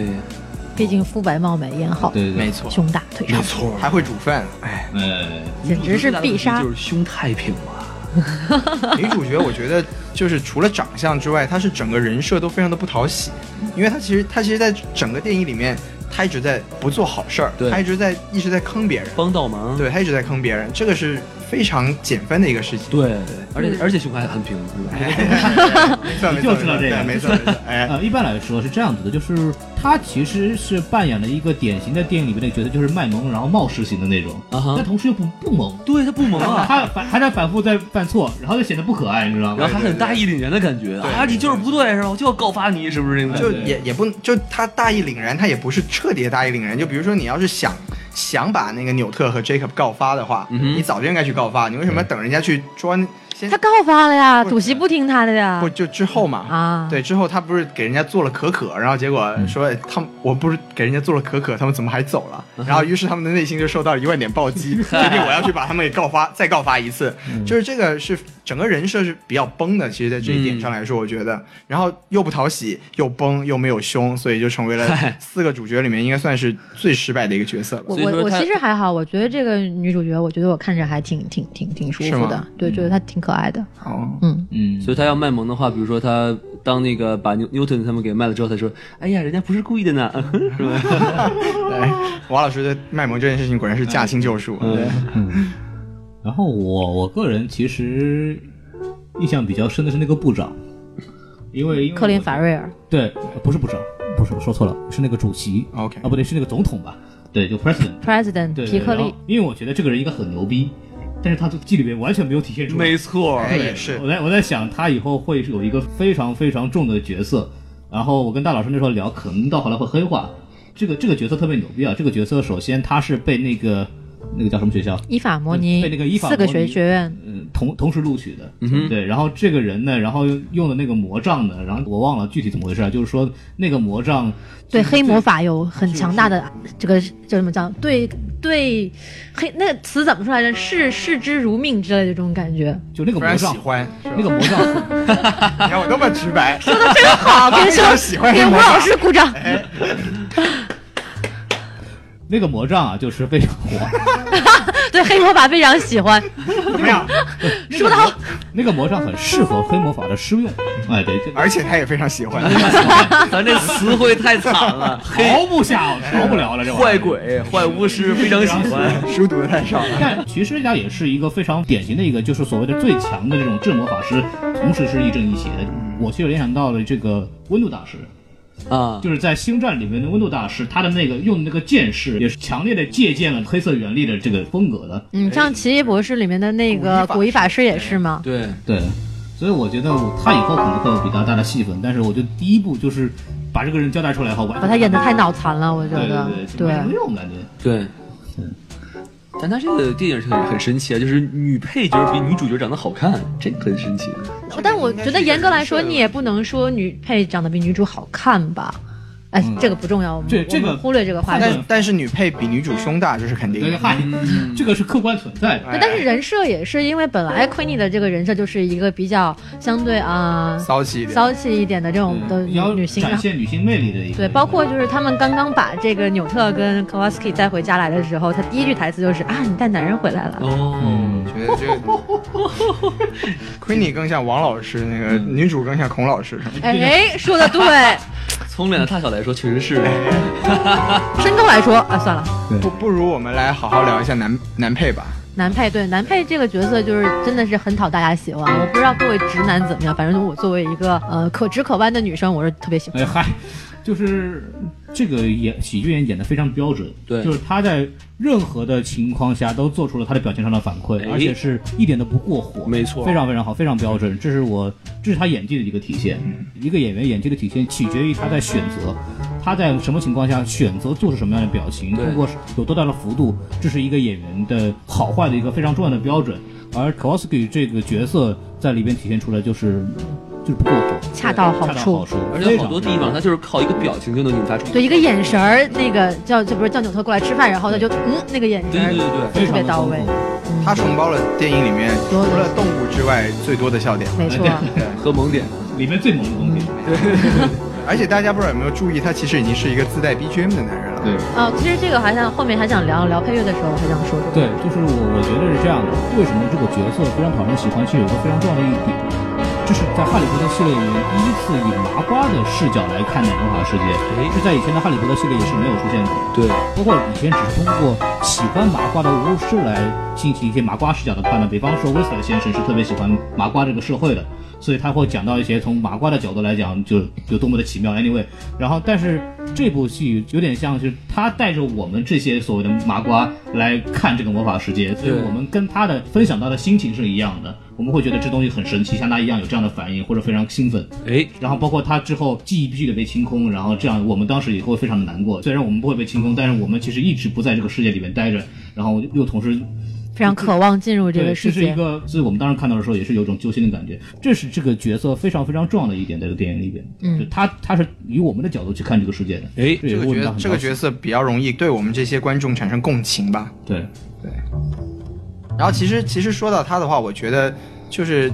[SPEAKER 1] 毕竟肤白貌美，眼好，
[SPEAKER 3] 对对对，
[SPEAKER 5] 错
[SPEAKER 1] 胸大腿长，
[SPEAKER 5] 错，还会煮饭。哎，
[SPEAKER 3] 哎，
[SPEAKER 1] 简直是必杀
[SPEAKER 4] 就。是胸太平啊了。
[SPEAKER 5] 女主角我觉得就是除了长相之外，她是整个人设都非常的不讨喜，因为她其实她其实在整个电影里面，她一直在不做好事儿
[SPEAKER 4] 对，
[SPEAKER 5] 她一直在一直在坑别人。
[SPEAKER 4] 帮倒忙，
[SPEAKER 5] 对他一直在坑别人，这个是非常简单的一个事情。
[SPEAKER 4] 对，而且而且胸还很平，对吧？
[SPEAKER 5] 没错，没错，
[SPEAKER 3] 就知道这个
[SPEAKER 5] 没错，没错。哎，
[SPEAKER 3] 呃，一般来说是这样子的，就是他其实是扮演了一个典型的电影里面那个角色，就是卖萌然后冒失型的那种，
[SPEAKER 4] 啊哈
[SPEAKER 3] 但同时又不不萌，
[SPEAKER 4] 对他不萌啊，
[SPEAKER 3] 他反还在反复在犯错，然后又显得不可爱，你知道
[SPEAKER 4] 然
[SPEAKER 3] 吗
[SPEAKER 4] 后？还很大义凛然的感觉
[SPEAKER 5] 对
[SPEAKER 4] 啊，你就是不对是吧？我就要告发你，是不是那种感
[SPEAKER 5] 就
[SPEAKER 4] 觉？
[SPEAKER 5] 也也不能，就他大义凛然，他也不是彻底的大义凛然。就比如说，你要是想想把那个纽特和 Jacob 告发的话，
[SPEAKER 4] 哼
[SPEAKER 5] 你早就应该去告发，你为什么要等人家去抓？先
[SPEAKER 1] 他告发了呀，
[SPEAKER 5] 不
[SPEAKER 1] 主席不听他的呀
[SPEAKER 5] 不。就之后嘛？
[SPEAKER 3] 嗯
[SPEAKER 1] 啊，
[SPEAKER 5] 对，之后他不是给人家做了可可，然后结果说哎他们我不是给人家做了可可，他们怎么还走了？
[SPEAKER 3] 嗯
[SPEAKER 5] 然后于是他们的内心就受到了一万点 暴击，决定我要去把他们给告发，再告发一次。
[SPEAKER 3] 嗯
[SPEAKER 5] 就是这个是整个人设是比较崩的，其实在这一点上来
[SPEAKER 3] 嗯
[SPEAKER 5] 说，我觉得，然后又不讨喜，又崩，又没有凶，所以就成为了四个主角里面应该算是最失败的一个角色了。
[SPEAKER 1] 我
[SPEAKER 4] 所以说
[SPEAKER 1] 我我
[SPEAKER 4] 他
[SPEAKER 1] 其实还好，我觉得这个女主角，我觉得我看着还挺挺挺挺舒
[SPEAKER 5] 是
[SPEAKER 1] 服
[SPEAKER 5] 吗
[SPEAKER 1] 的，对，觉得她挺可爱的，
[SPEAKER 5] 哦，
[SPEAKER 1] 嗯，
[SPEAKER 3] 嗯，
[SPEAKER 4] 所以他要卖萌的话，比如说他当那个把牛 Newton 他们给卖了之后，他说：“哎呀，人家不是故意的 呢。是吧
[SPEAKER 5] 哎，王老师的卖萌这件事情果然是驾轻就熟。对
[SPEAKER 3] 然后我我个人其实印象比较深的是那个部长，因为因为
[SPEAKER 1] 科林
[SPEAKER 3] 我
[SPEAKER 1] 法瑞尔，
[SPEAKER 3] 对，不是部长，不是说错了，是那个主席
[SPEAKER 5] OK
[SPEAKER 3] 啊，不对，是那个总统吧？对，就 president，
[SPEAKER 1] President
[SPEAKER 3] 对，
[SPEAKER 1] 皮克
[SPEAKER 3] 然
[SPEAKER 1] 利
[SPEAKER 3] 后，因为我觉得这个人应该很牛逼，但是他的剧里面完全没有体现出来。
[SPEAKER 4] 错
[SPEAKER 5] 哎，也是
[SPEAKER 3] 我在我在想，他以后会有一个非常非常重的角色。然后我跟大老师那时候聊，可能到后来会黑化。这个这个角色特别牛逼啊！这个角色首先他是被那个那个叫什么学校？
[SPEAKER 1] 伊法摩尼
[SPEAKER 3] 被那个伊法
[SPEAKER 1] 四个
[SPEAKER 3] 摩
[SPEAKER 1] 学
[SPEAKER 3] 尼
[SPEAKER 1] 学院，
[SPEAKER 3] 嗯，同同时录取的，
[SPEAKER 5] 嗯
[SPEAKER 3] 对。然后这个人呢，然后用的那个魔杖呢，然后我忘了具体怎么回事啊，就是说那个魔杖
[SPEAKER 1] 对
[SPEAKER 3] 就是
[SPEAKER 1] 黑魔法有很强大的这个叫什么叫对对黑那个词怎么说来着？视视之如命之类的这种感觉。
[SPEAKER 3] 就那个
[SPEAKER 5] 非
[SPEAKER 3] 魔
[SPEAKER 5] 常喜
[SPEAKER 3] 杖，
[SPEAKER 5] 欢，是吧
[SPEAKER 3] 那个魔杖，
[SPEAKER 5] 你看我那么直白，说
[SPEAKER 1] 真好，给
[SPEAKER 5] 非
[SPEAKER 1] 说
[SPEAKER 5] 常喜欢
[SPEAKER 1] 给
[SPEAKER 5] 黑
[SPEAKER 1] 啊吴
[SPEAKER 5] 魔法
[SPEAKER 1] 老师鼓掌。
[SPEAKER 3] 那个魔杖啊，就是非常 火。
[SPEAKER 1] 对黑魔法非常喜欢，
[SPEAKER 5] 怎么样？
[SPEAKER 3] 说的好，那个魔杖很适合黑魔法的施用。哎，对，这
[SPEAKER 5] 而且他也非常喜欢。
[SPEAKER 4] 咱这词汇太惨了，
[SPEAKER 3] 毫不下，逃不了了，这玩意儿
[SPEAKER 4] 坏。鬼、坏巫师非常喜欢。
[SPEAKER 5] 书读的太少了。
[SPEAKER 3] 但其实他也是一个非常典型的一个，就是所谓的最强的这种正魔法师，同时是亦正亦邪的。我就联想到了这个温度大师，
[SPEAKER 4] 啊，
[SPEAKER 3] 就是在《星战》里面的温度大师，他的那个用的那个剑士也是强烈的借鉴了黑色原力的这个风格的。
[SPEAKER 1] 嗯，像《奇异博士》里面的那个
[SPEAKER 5] 古
[SPEAKER 1] 古
[SPEAKER 5] 一
[SPEAKER 1] 一
[SPEAKER 5] 法
[SPEAKER 1] 法
[SPEAKER 5] 师
[SPEAKER 1] 师也是吗？
[SPEAKER 4] 对，
[SPEAKER 3] 对，所以我觉得我他以后可能会有比较大的戏份，但是我就第一步就是把这个人交代出来后，完全
[SPEAKER 1] 把他演的太脑残了，我觉
[SPEAKER 3] 哎对
[SPEAKER 1] 得
[SPEAKER 3] 对对，没什么用感觉。
[SPEAKER 4] 对，但他这个电影是很很神奇啊，就是女配角比女主角长得好看，这个很神奇。
[SPEAKER 1] 但我觉得严格来说，
[SPEAKER 5] 这个应该是
[SPEAKER 1] 你也不能说女配长得比女主好看吧？哎，这个不重要，我们
[SPEAKER 3] 这这个
[SPEAKER 1] 我们忽略这个话题。
[SPEAKER 5] 但但是女配比女主胸大，这是肯定
[SPEAKER 3] 对，
[SPEAKER 5] 的。
[SPEAKER 3] 嗨，这个是客观存在的。
[SPEAKER 5] 哎
[SPEAKER 1] 但是人设也是因为本来奎尼的这个人设就是一个比较相对啊、
[SPEAKER 5] 哎骚气一点，
[SPEAKER 1] 骚气一点的这种的
[SPEAKER 3] 嗯要
[SPEAKER 1] 女性，
[SPEAKER 3] 展
[SPEAKER 1] 然后
[SPEAKER 3] 现女性魅力的一个
[SPEAKER 1] 对，包括就是他们刚刚把这个纽特跟 Kowalski 带回家来的时候，他第一句台词就是啊，你带男人回来了。
[SPEAKER 3] 嗯
[SPEAKER 4] 哦，
[SPEAKER 5] 觉得 这个 Queenie 更像王老师，那个女主更像孔老师，什么
[SPEAKER 1] 哎，说的对，
[SPEAKER 4] 从脸的大小来说，确实是。
[SPEAKER 1] 身高来说啊，算了，
[SPEAKER 5] 不不如我们来好好聊一下男男配吧。
[SPEAKER 1] 男配对男配这个角色就是真的是很讨大家喜欢。我不知道各位直男怎么样，反正我作为一个呃可直可弯的女生，我是特别喜欢。
[SPEAKER 3] 哎嗨，就是这个演喜剧演演的非常标准，
[SPEAKER 4] 对
[SPEAKER 3] 就是他在任何的情况下都做出了他的表情上的反馈，
[SPEAKER 4] 哎
[SPEAKER 3] 而且是一点都不过火，
[SPEAKER 4] 没错
[SPEAKER 3] 非常非常好，非常标准，这是我这是他演技的一个体现。
[SPEAKER 4] 嗯
[SPEAKER 3] 一个演员演技的体现取决于他在选择。他在什么情况下选择做出什么样的表情，
[SPEAKER 4] 对
[SPEAKER 3] 通过有多大的幅度，这是一个演员的好坏的一个非常重要的标准。而 k o w a s k i 这个角色在里边体现出来就是就是不过火，
[SPEAKER 1] 恰到啊好
[SPEAKER 3] 哎恰到
[SPEAKER 1] 处
[SPEAKER 3] 好处，
[SPEAKER 4] 而
[SPEAKER 3] 非
[SPEAKER 4] 且好
[SPEAKER 3] 常
[SPEAKER 4] 多
[SPEAKER 3] 非常
[SPEAKER 4] 地方，他就是靠一个表情就能引发出。
[SPEAKER 1] 对一个眼神儿，那个叫就不是叫纽特过来吃饭，然后他就嗯那个眼神
[SPEAKER 4] 对对
[SPEAKER 1] 儿，
[SPEAKER 3] 非
[SPEAKER 4] 对
[SPEAKER 1] 特
[SPEAKER 3] 常
[SPEAKER 1] 别
[SPEAKER 3] 的
[SPEAKER 1] 到
[SPEAKER 3] 丰
[SPEAKER 1] 位
[SPEAKER 3] 富
[SPEAKER 5] 他承包了电影里面除
[SPEAKER 1] 多的
[SPEAKER 5] 了动物之外最多的笑点，
[SPEAKER 1] 没错。
[SPEAKER 4] 对，和萌点。
[SPEAKER 3] 里面最萌的东西。
[SPEAKER 5] 而且大家不知道有没有注意，他其实已经是一个自带 BGM 的男人了。
[SPEAKER 3] 对
[SPEAKER 1] 哦，其实这个还想后面还想聊聊配乐的时候，还想说这个。
[SPEAKER 3] 对，就是我，我觉得是这样的。为什么这个角色非常讨人喜欢，是有一个非常重要的一点，这是在《哈利波特》系列里面第一次以麻瓜的视角来看待魔法世界，这在以前的《哈利波特》系列也是没有出现过。
[SPEAKER 4] 对，
[SPEAKER 3] 包括以前只是通过喜欢麻瓜的巫师来进行一些麻瓜视角的判断。比方说，威斯莱先生是特别喜欢麻瓜这个社会的，所以他会讲到一些从麻瓜的角度来讲就有多么的奇妙。Anyway，然后但是这部戏有点像是他带着我们这些所谓的麻瓜来看这个魔法世界，所以
[SPEAKER 4] 对
[SPEAKER 3] 我们跟他的分享到的心情是一样的。我们会觉得这东西很神奇，像他一样有这样的反应，或者非常兴奋。
[SPEAKER 4] 哎，
[SPEAKER 3] 然后包括他之后记忆必须得被清空，然后这样我们当时也会非常的难过。虽然我们不会被清空，但是我们其实一直不在这个世界里面待着，然后又同时
[SPEAKER 1] 非常渴望进入这
[SPEAKER 3] 对，
[SPEAKER 1] 个
[SPEAKER 3] 这
[SPEAKER 1] 世
[SPEAKER 3] 是一
[SPEAKER 1] 界。
[SPEAKER 3] 个，所以我们当时看到的时候也是有一种揪心的感觉。这是这个角色非常非常重要的一点，在这个电影里边，
[SPEAKER 1] 嗯
[SPEAKER 3] 就他他是以我们的角度去看这个世界的。
[SPEAKER 4] 哎
[SPEAKER 3] 这也
[SPEAKER 5] 这
[SPEAKER 3] 是
[SPEAKER 5] 个
[SPEAKER 3] 我们
[SPEAKER 5] 角
[SPEAKER 3] 当时
[SPEAKER 5] 这个
[SPEAKER 3] 很
[SPEAKER 5] 角色比较容易对我们这些观众产生共情吧。
[SPEAKER 3] 对，
[SPEAKER 5] 然后其实其实说到他的话，我觉得就是，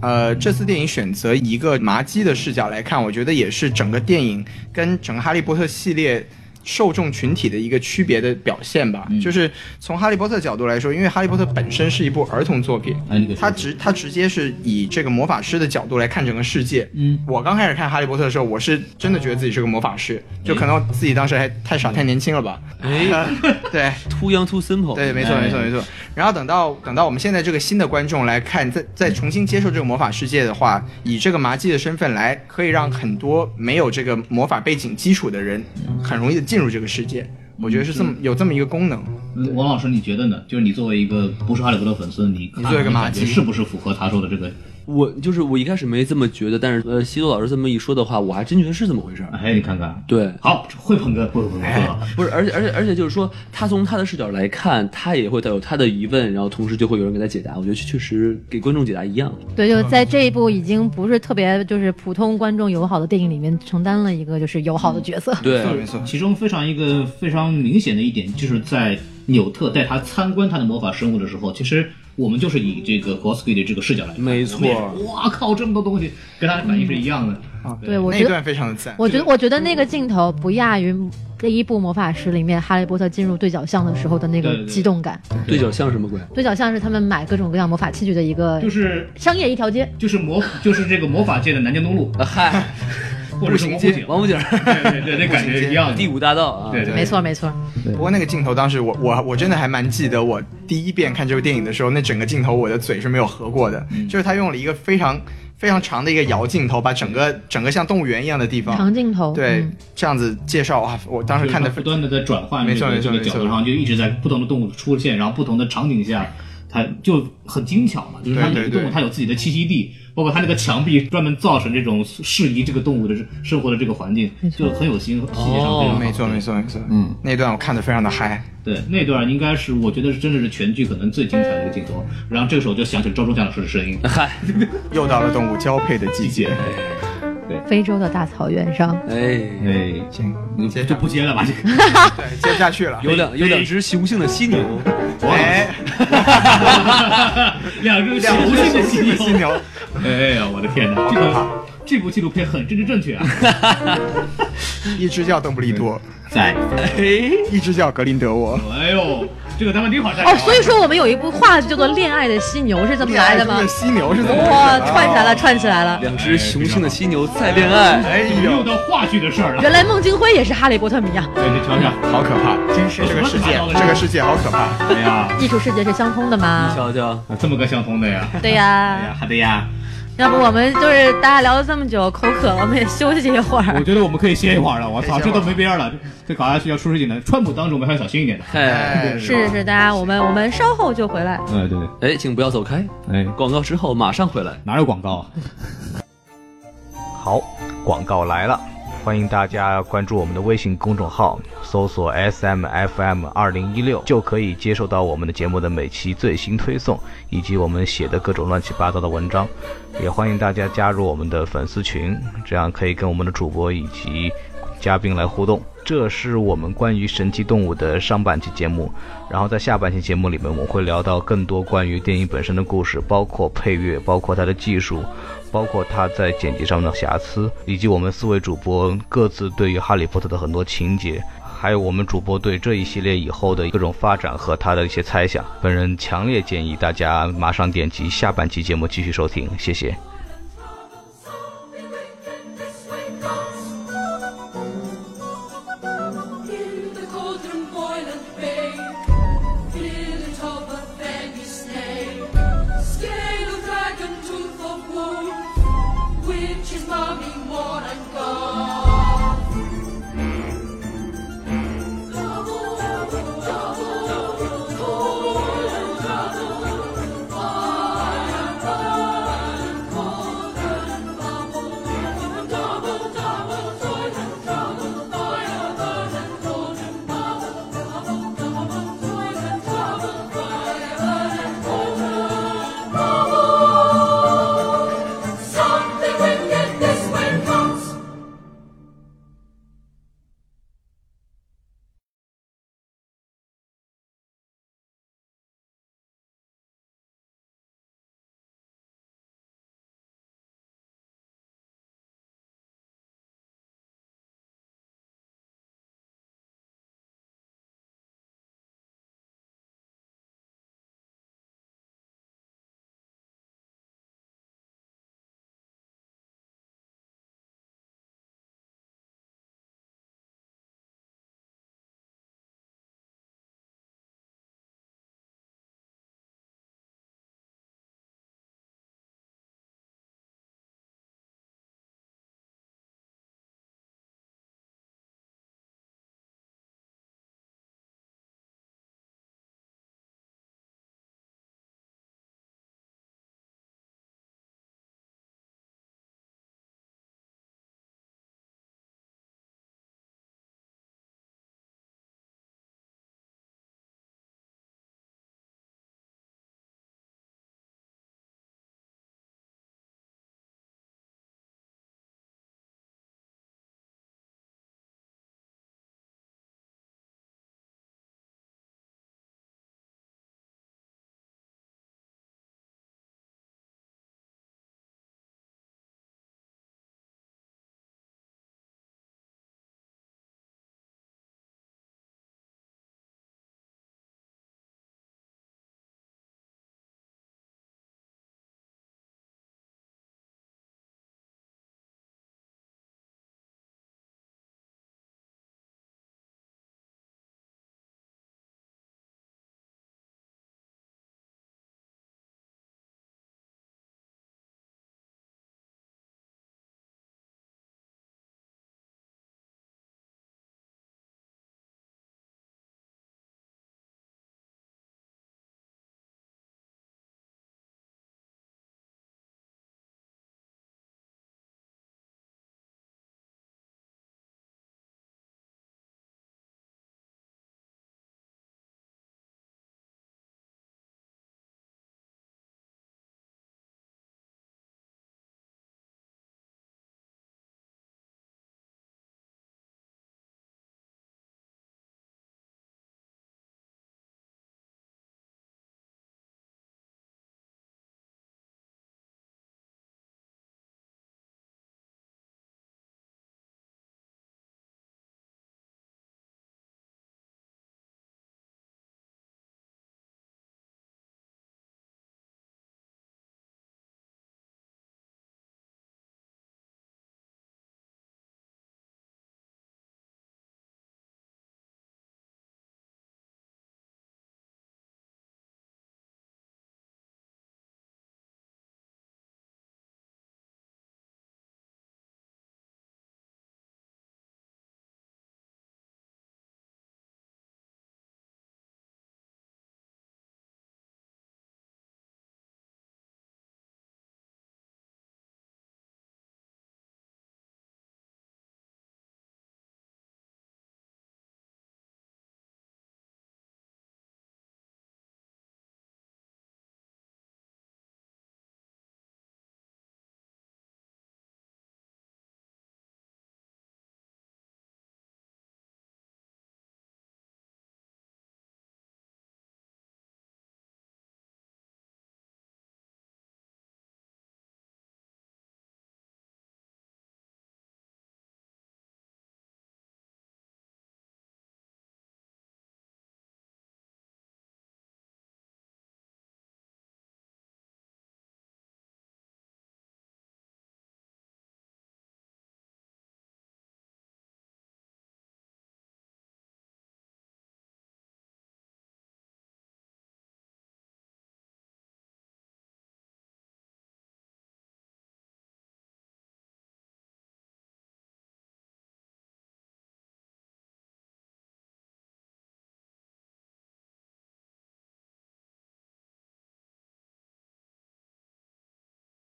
[SPEAKER 5] 呃，这次电影选择一个麻鸡的视角来看，我觉得也是整个电影跟整个哈利波特系列。受众群体的一个区别的表现吧，
[SPEAKER 3] 嗯
[SPEAKER 5] 就是从《哈利波特》角度来说，因为《哈利波特》本身是一部儿童作品，
[SPEAKER 3] 哎，你给说
[SPEAKER 5] 他直他直接是以这个魔法师的角度来看整个世界。
[SPEAKER 3] 嗯，
[SPEAKER 5] 我刚开始看《哈利波特》的时候，我是真的觉得自己是个魔法师，就可能我自己当时还太傻太年轻了吧。
[SPEAKER 4] 哎
[SPEAKER 5] 对，
[SPEAKER 4] ，too young too simple，
[SPEAKER 5] 对，没错，
[SPEAKER 3] 哎
[SPEAKER 5] 没错，没错。然后等到等到我们现在这个新的观众来看，再再重新接受这个魔法世界的话，以这个麻鸡的身份来，可以让很多没有这个魔法背景基础的人，很容易的进入这个世界。我觉得是这么有这么一个功能。
[SPEAKER 3] 嗯王老师，你觉得呢？就是你作为一个不是哈利波特粉丝，你看
[SPEAKER 5] 你作为一个
[SPEAKER 3] 你
[SPEAKER 5] 麻
[SPEAKER 3] 感觉
[SPEAKER 5] 鸡
[SPEAKER 3] 是不是符合他说的这个？
[SPEAKER 4] 我就是我一开始没这么觉得，但是呃，西多老师这么一说的话，我还真觉得是这么回事儿。
[SPEAKER 3] 哎，你看看，
[SPEAKER 4] 对，
[SPEAKER 3] 好，会捧哏，会捧哏，
[SPEAKER 5] 哎
[SPEAKER 3] 啊会捧哏。
[SPEAKER 4] 不是，而且而且而且就是说，他从他的视角来看，他也会带有他的疑问，然后同时就会有人给他解答。我觉得确实给观众解答一样。
[SPEAKER 1] 对，
[SPEAKER 3] 嗯
[SPEAKER 1] 就在这一部已经不是特别就是普通观众友好的电影里面，承担了一个就是友好的角色。
[SPEAKER 3] 嗯
[SPEAKER 4] 对
[SPEAKER 5] 没错，没错。
[SPEAKER 3] 其中非常一个非常明显的一点，就是在纽特带他参观他的魔法生物的时候，其实我们就是以这个 g o s k y 的这个视角来看，
[SPEAKER 4] 没错
[SPEAKER 3] 我们也是哇靠，这么多东西，跟他的反应是一样的。
[SPEAKER 1] 对，我
[SPEAKER 5] 那
[SPEAKER 1] 觉
[SPEAKER 5] 一
[SPEAKER 1] 得
[SPEAKER 5] 段非常的赞。
[SPEAKER 1] 我觉得，我觉得那个镜头不亚于第一部《魔法石》里面哈利波特进入对角巷的时候的那
[SPEAKER 3] 对
[SPEAKER 1] 个
[SPEAKER 3] 对对
[SPEAKER 1] 激动感。
[SPEAKER 4] 对角巷什么鬼？
[SPEAKER 1] 对角巷是他们买各种各样魔法器具的一个
[SPEAKER 3] 就是
[SPEAKER 1] 商业一条街。
[SPEAKER 3] 就是魔就是这个魔法界的南京东路，
[SPEAKER 4] 啊嗨，
[SPEAKER 3] 或者是王府井，
[SPEAKER 4] 王府井儿
[SPEAKER 3] 对对对，那感觉一样的。
[SPEAKER 4] 第五大道啊。
[SPEAKER 3] 对对
[SPEAKER 1] 没错，没错，
[SPEAKER 5] 不过那个镜头，当时我我我真的还蛮记得，我第一遍看这部电影的时候，那整个镜头我的嘴是没有合过的，就是他用了一个非常非常长的一个摇镜头，把整个整个像动物园一样的地
[SPEAKER 1] 长
[SPEAKER 5] 方，
[SPEAKER 1] 镜头。
[SPEAKER 5] 对、
[SPEAKER 1] 嗯
[SPEAKER 5] 这样子介绍哇，我当时
[SPEAKER 3] 就是
[SPEAKER 5] 看
[SPEAKER 3] 它
[SPEAKER 5] 的
[SPEAKER 3] 不断的在转换
[SPEAKER 5] 没
[SPEAKER 3] 这
[SPEAKER 5] 错
[SPEAKER 3] 个
[SPEAKER 5] 没
[SPEAKER 3] 这
[SPEAKER 5] 错
[SPEAKER 3] 个
[SPEAKER 5] 没
[SPEAKER 3] 角
[SPEAKER 5] 错
[SPEAKER 3] 度，然后就一直在不同的动物出现，然后不同的场景下，它就很精巧嘛。就是它每
[SPEAKER 5] 对对
[SPEAKER 3] 个动物
[SPEAKER 5] 对
[SPEAKER 3] 它有自己的栖息地，包括它那个墙壁专门造成这种适宜这个动物的生活的这个环境，就很有心，细节上非常好
[SPEAKER 5] 哦没错没。错没错，
[SPEAKER 3] 嗯，
[SPEAKER 5] 那段我看的非常的嗨，
[SPEAKER 3] 对，那段应该是我觉得是真的是全剧可能最精彩的一个镜头。然后这个时候就响起了赵忠祥老师的声音，
[SPEAKER 4] 嗨，
[SPEAKER 5] 又到了动物交配的季节，
[SPEAKER 1] 非洲的大草原上，
[SPEAKER 4] 哎，
[SPEAKER 3] 哎，
[SPEAKER 5] 行，
[SPEAKER 3] 你
[SPEAKER 5] 接
[SPEAKER 3] 就不接了吧？这个
[SPEAKER 5] 对，接不下去了，
[SPEAKER 4] 有两有两只雄性的犀牛。
[SPEAKER 5] 哎，
[SPEAKER 3] 两只
[SPEAKER 5] 两
[SPEAKER 3] 雄性的犀
[SPEAKER 5] 只
[SPEAKER 3] 牛
[SPEAKER 5] 犀牛，
[SPEAKER 3] 哎呀，我的天哪，这个这部纪录片很政治正确啊！
[SPEAKER 5] 一只叫邓布利多，
[SPEAKER 3] 在，
[SPEAKER 4] 哎，
[SPEAKER 5] 一只叫格林德沃。
[SPEAKER 3] 哎呦，这个咱们一会儿再聊
[SPEAKER 1] 哦，
[SPEAKER 3] 啊。
[SPEAKER 1] 所以说我们有一部话剧叫做《恋爱的犀牛》，是这么来的吗
[SPEAKER 5] 哎这个？犀牛是怎么回事
[SPEAKER 1] 哇，
[SPEAKER 5] 啊？
[SPEAKER 1] 串起来了，串起来了。
[SPEAKER 4] 两只雄性的犀牛在恋爱。
[SPEAKER 5] 哎
[SPEAKER 3] 怎么又
[SPEAKER 5] 呦，
[SPEAKER 3] 到话剧的事儿了。
[SPEAKER 1] 原来孟京辉也是哈利波特迷啊！
[SPEAKER 3] 对，哎你瞧瞧，
[SPEAKER 5] 好可怕！真是这个世界，这个世界好可怕。
[SPEAKER 3] 哎呀，
[SPEAKER 1] 艺术世界是相通的
[SPEAKER 4] 你
[SPEAKER 1] 嘛？
[SPEAKER 4] 瞧瞧，
[SPEAKER 3] 这么个相通的呀。
[SPEAKER 1] 对呀、
[SPEAKER 3] 哎呀，好的呀。
[SPEAKER 1] 要不我们就是大家聊了这么久，口渴了，我们也休息一会
[SPEAKER 3] 我
[SPEAKER 1] 儿。
[SPEAKER 3] 觉得我们可以歇一会儿了，我操，
[SPEAKER 5] 可以歇
[SPEAKER 3] 这
[SPEAKER 5] 会儿
[SPEAKER 3] 都没边儿了，这搞下去要出事情的。川普当中我们还要小心一点的。
[SPEAKER 4] 哎
[SPEAKER 5] 哎，
[SPEAKER 1] 是是是，大家我们我们稍后就回来。
[SPEAKER 3] 哎，对，
[SPEAKER 4] 哎，请不要走开，
[SPEAKER 3] 哎，
[SPEAKER 4] 广告之后马上回来。
[SPEAKER 3] 哪有广告啊？
[SPEAKER 6] 好，广告来了，欢迎大家关注我们的微信公众号，搜索 S M F M 二零一六，就可以接受到我们的节目的每期最新推送，以及我们写的各种乱七八糟的文章。也欢迎大家加入我们的粉丝群，这样可以跟我们的主播以及嘉宾来互动。这是我们关于神奇动物的上半期节目，然后在下半期节目里面，我们会聊到更多关于电影本身的故事，包括配乐，包括它的技术，包括它在剪辑上的瑕疵，以及我们四位主播各自对于《哈利波特》的很多情节，还有我们主播对这一系列以后的各种发展和他的一些猜想。本人强烈建议大家马上点击下半期节目继续收听，谢谢。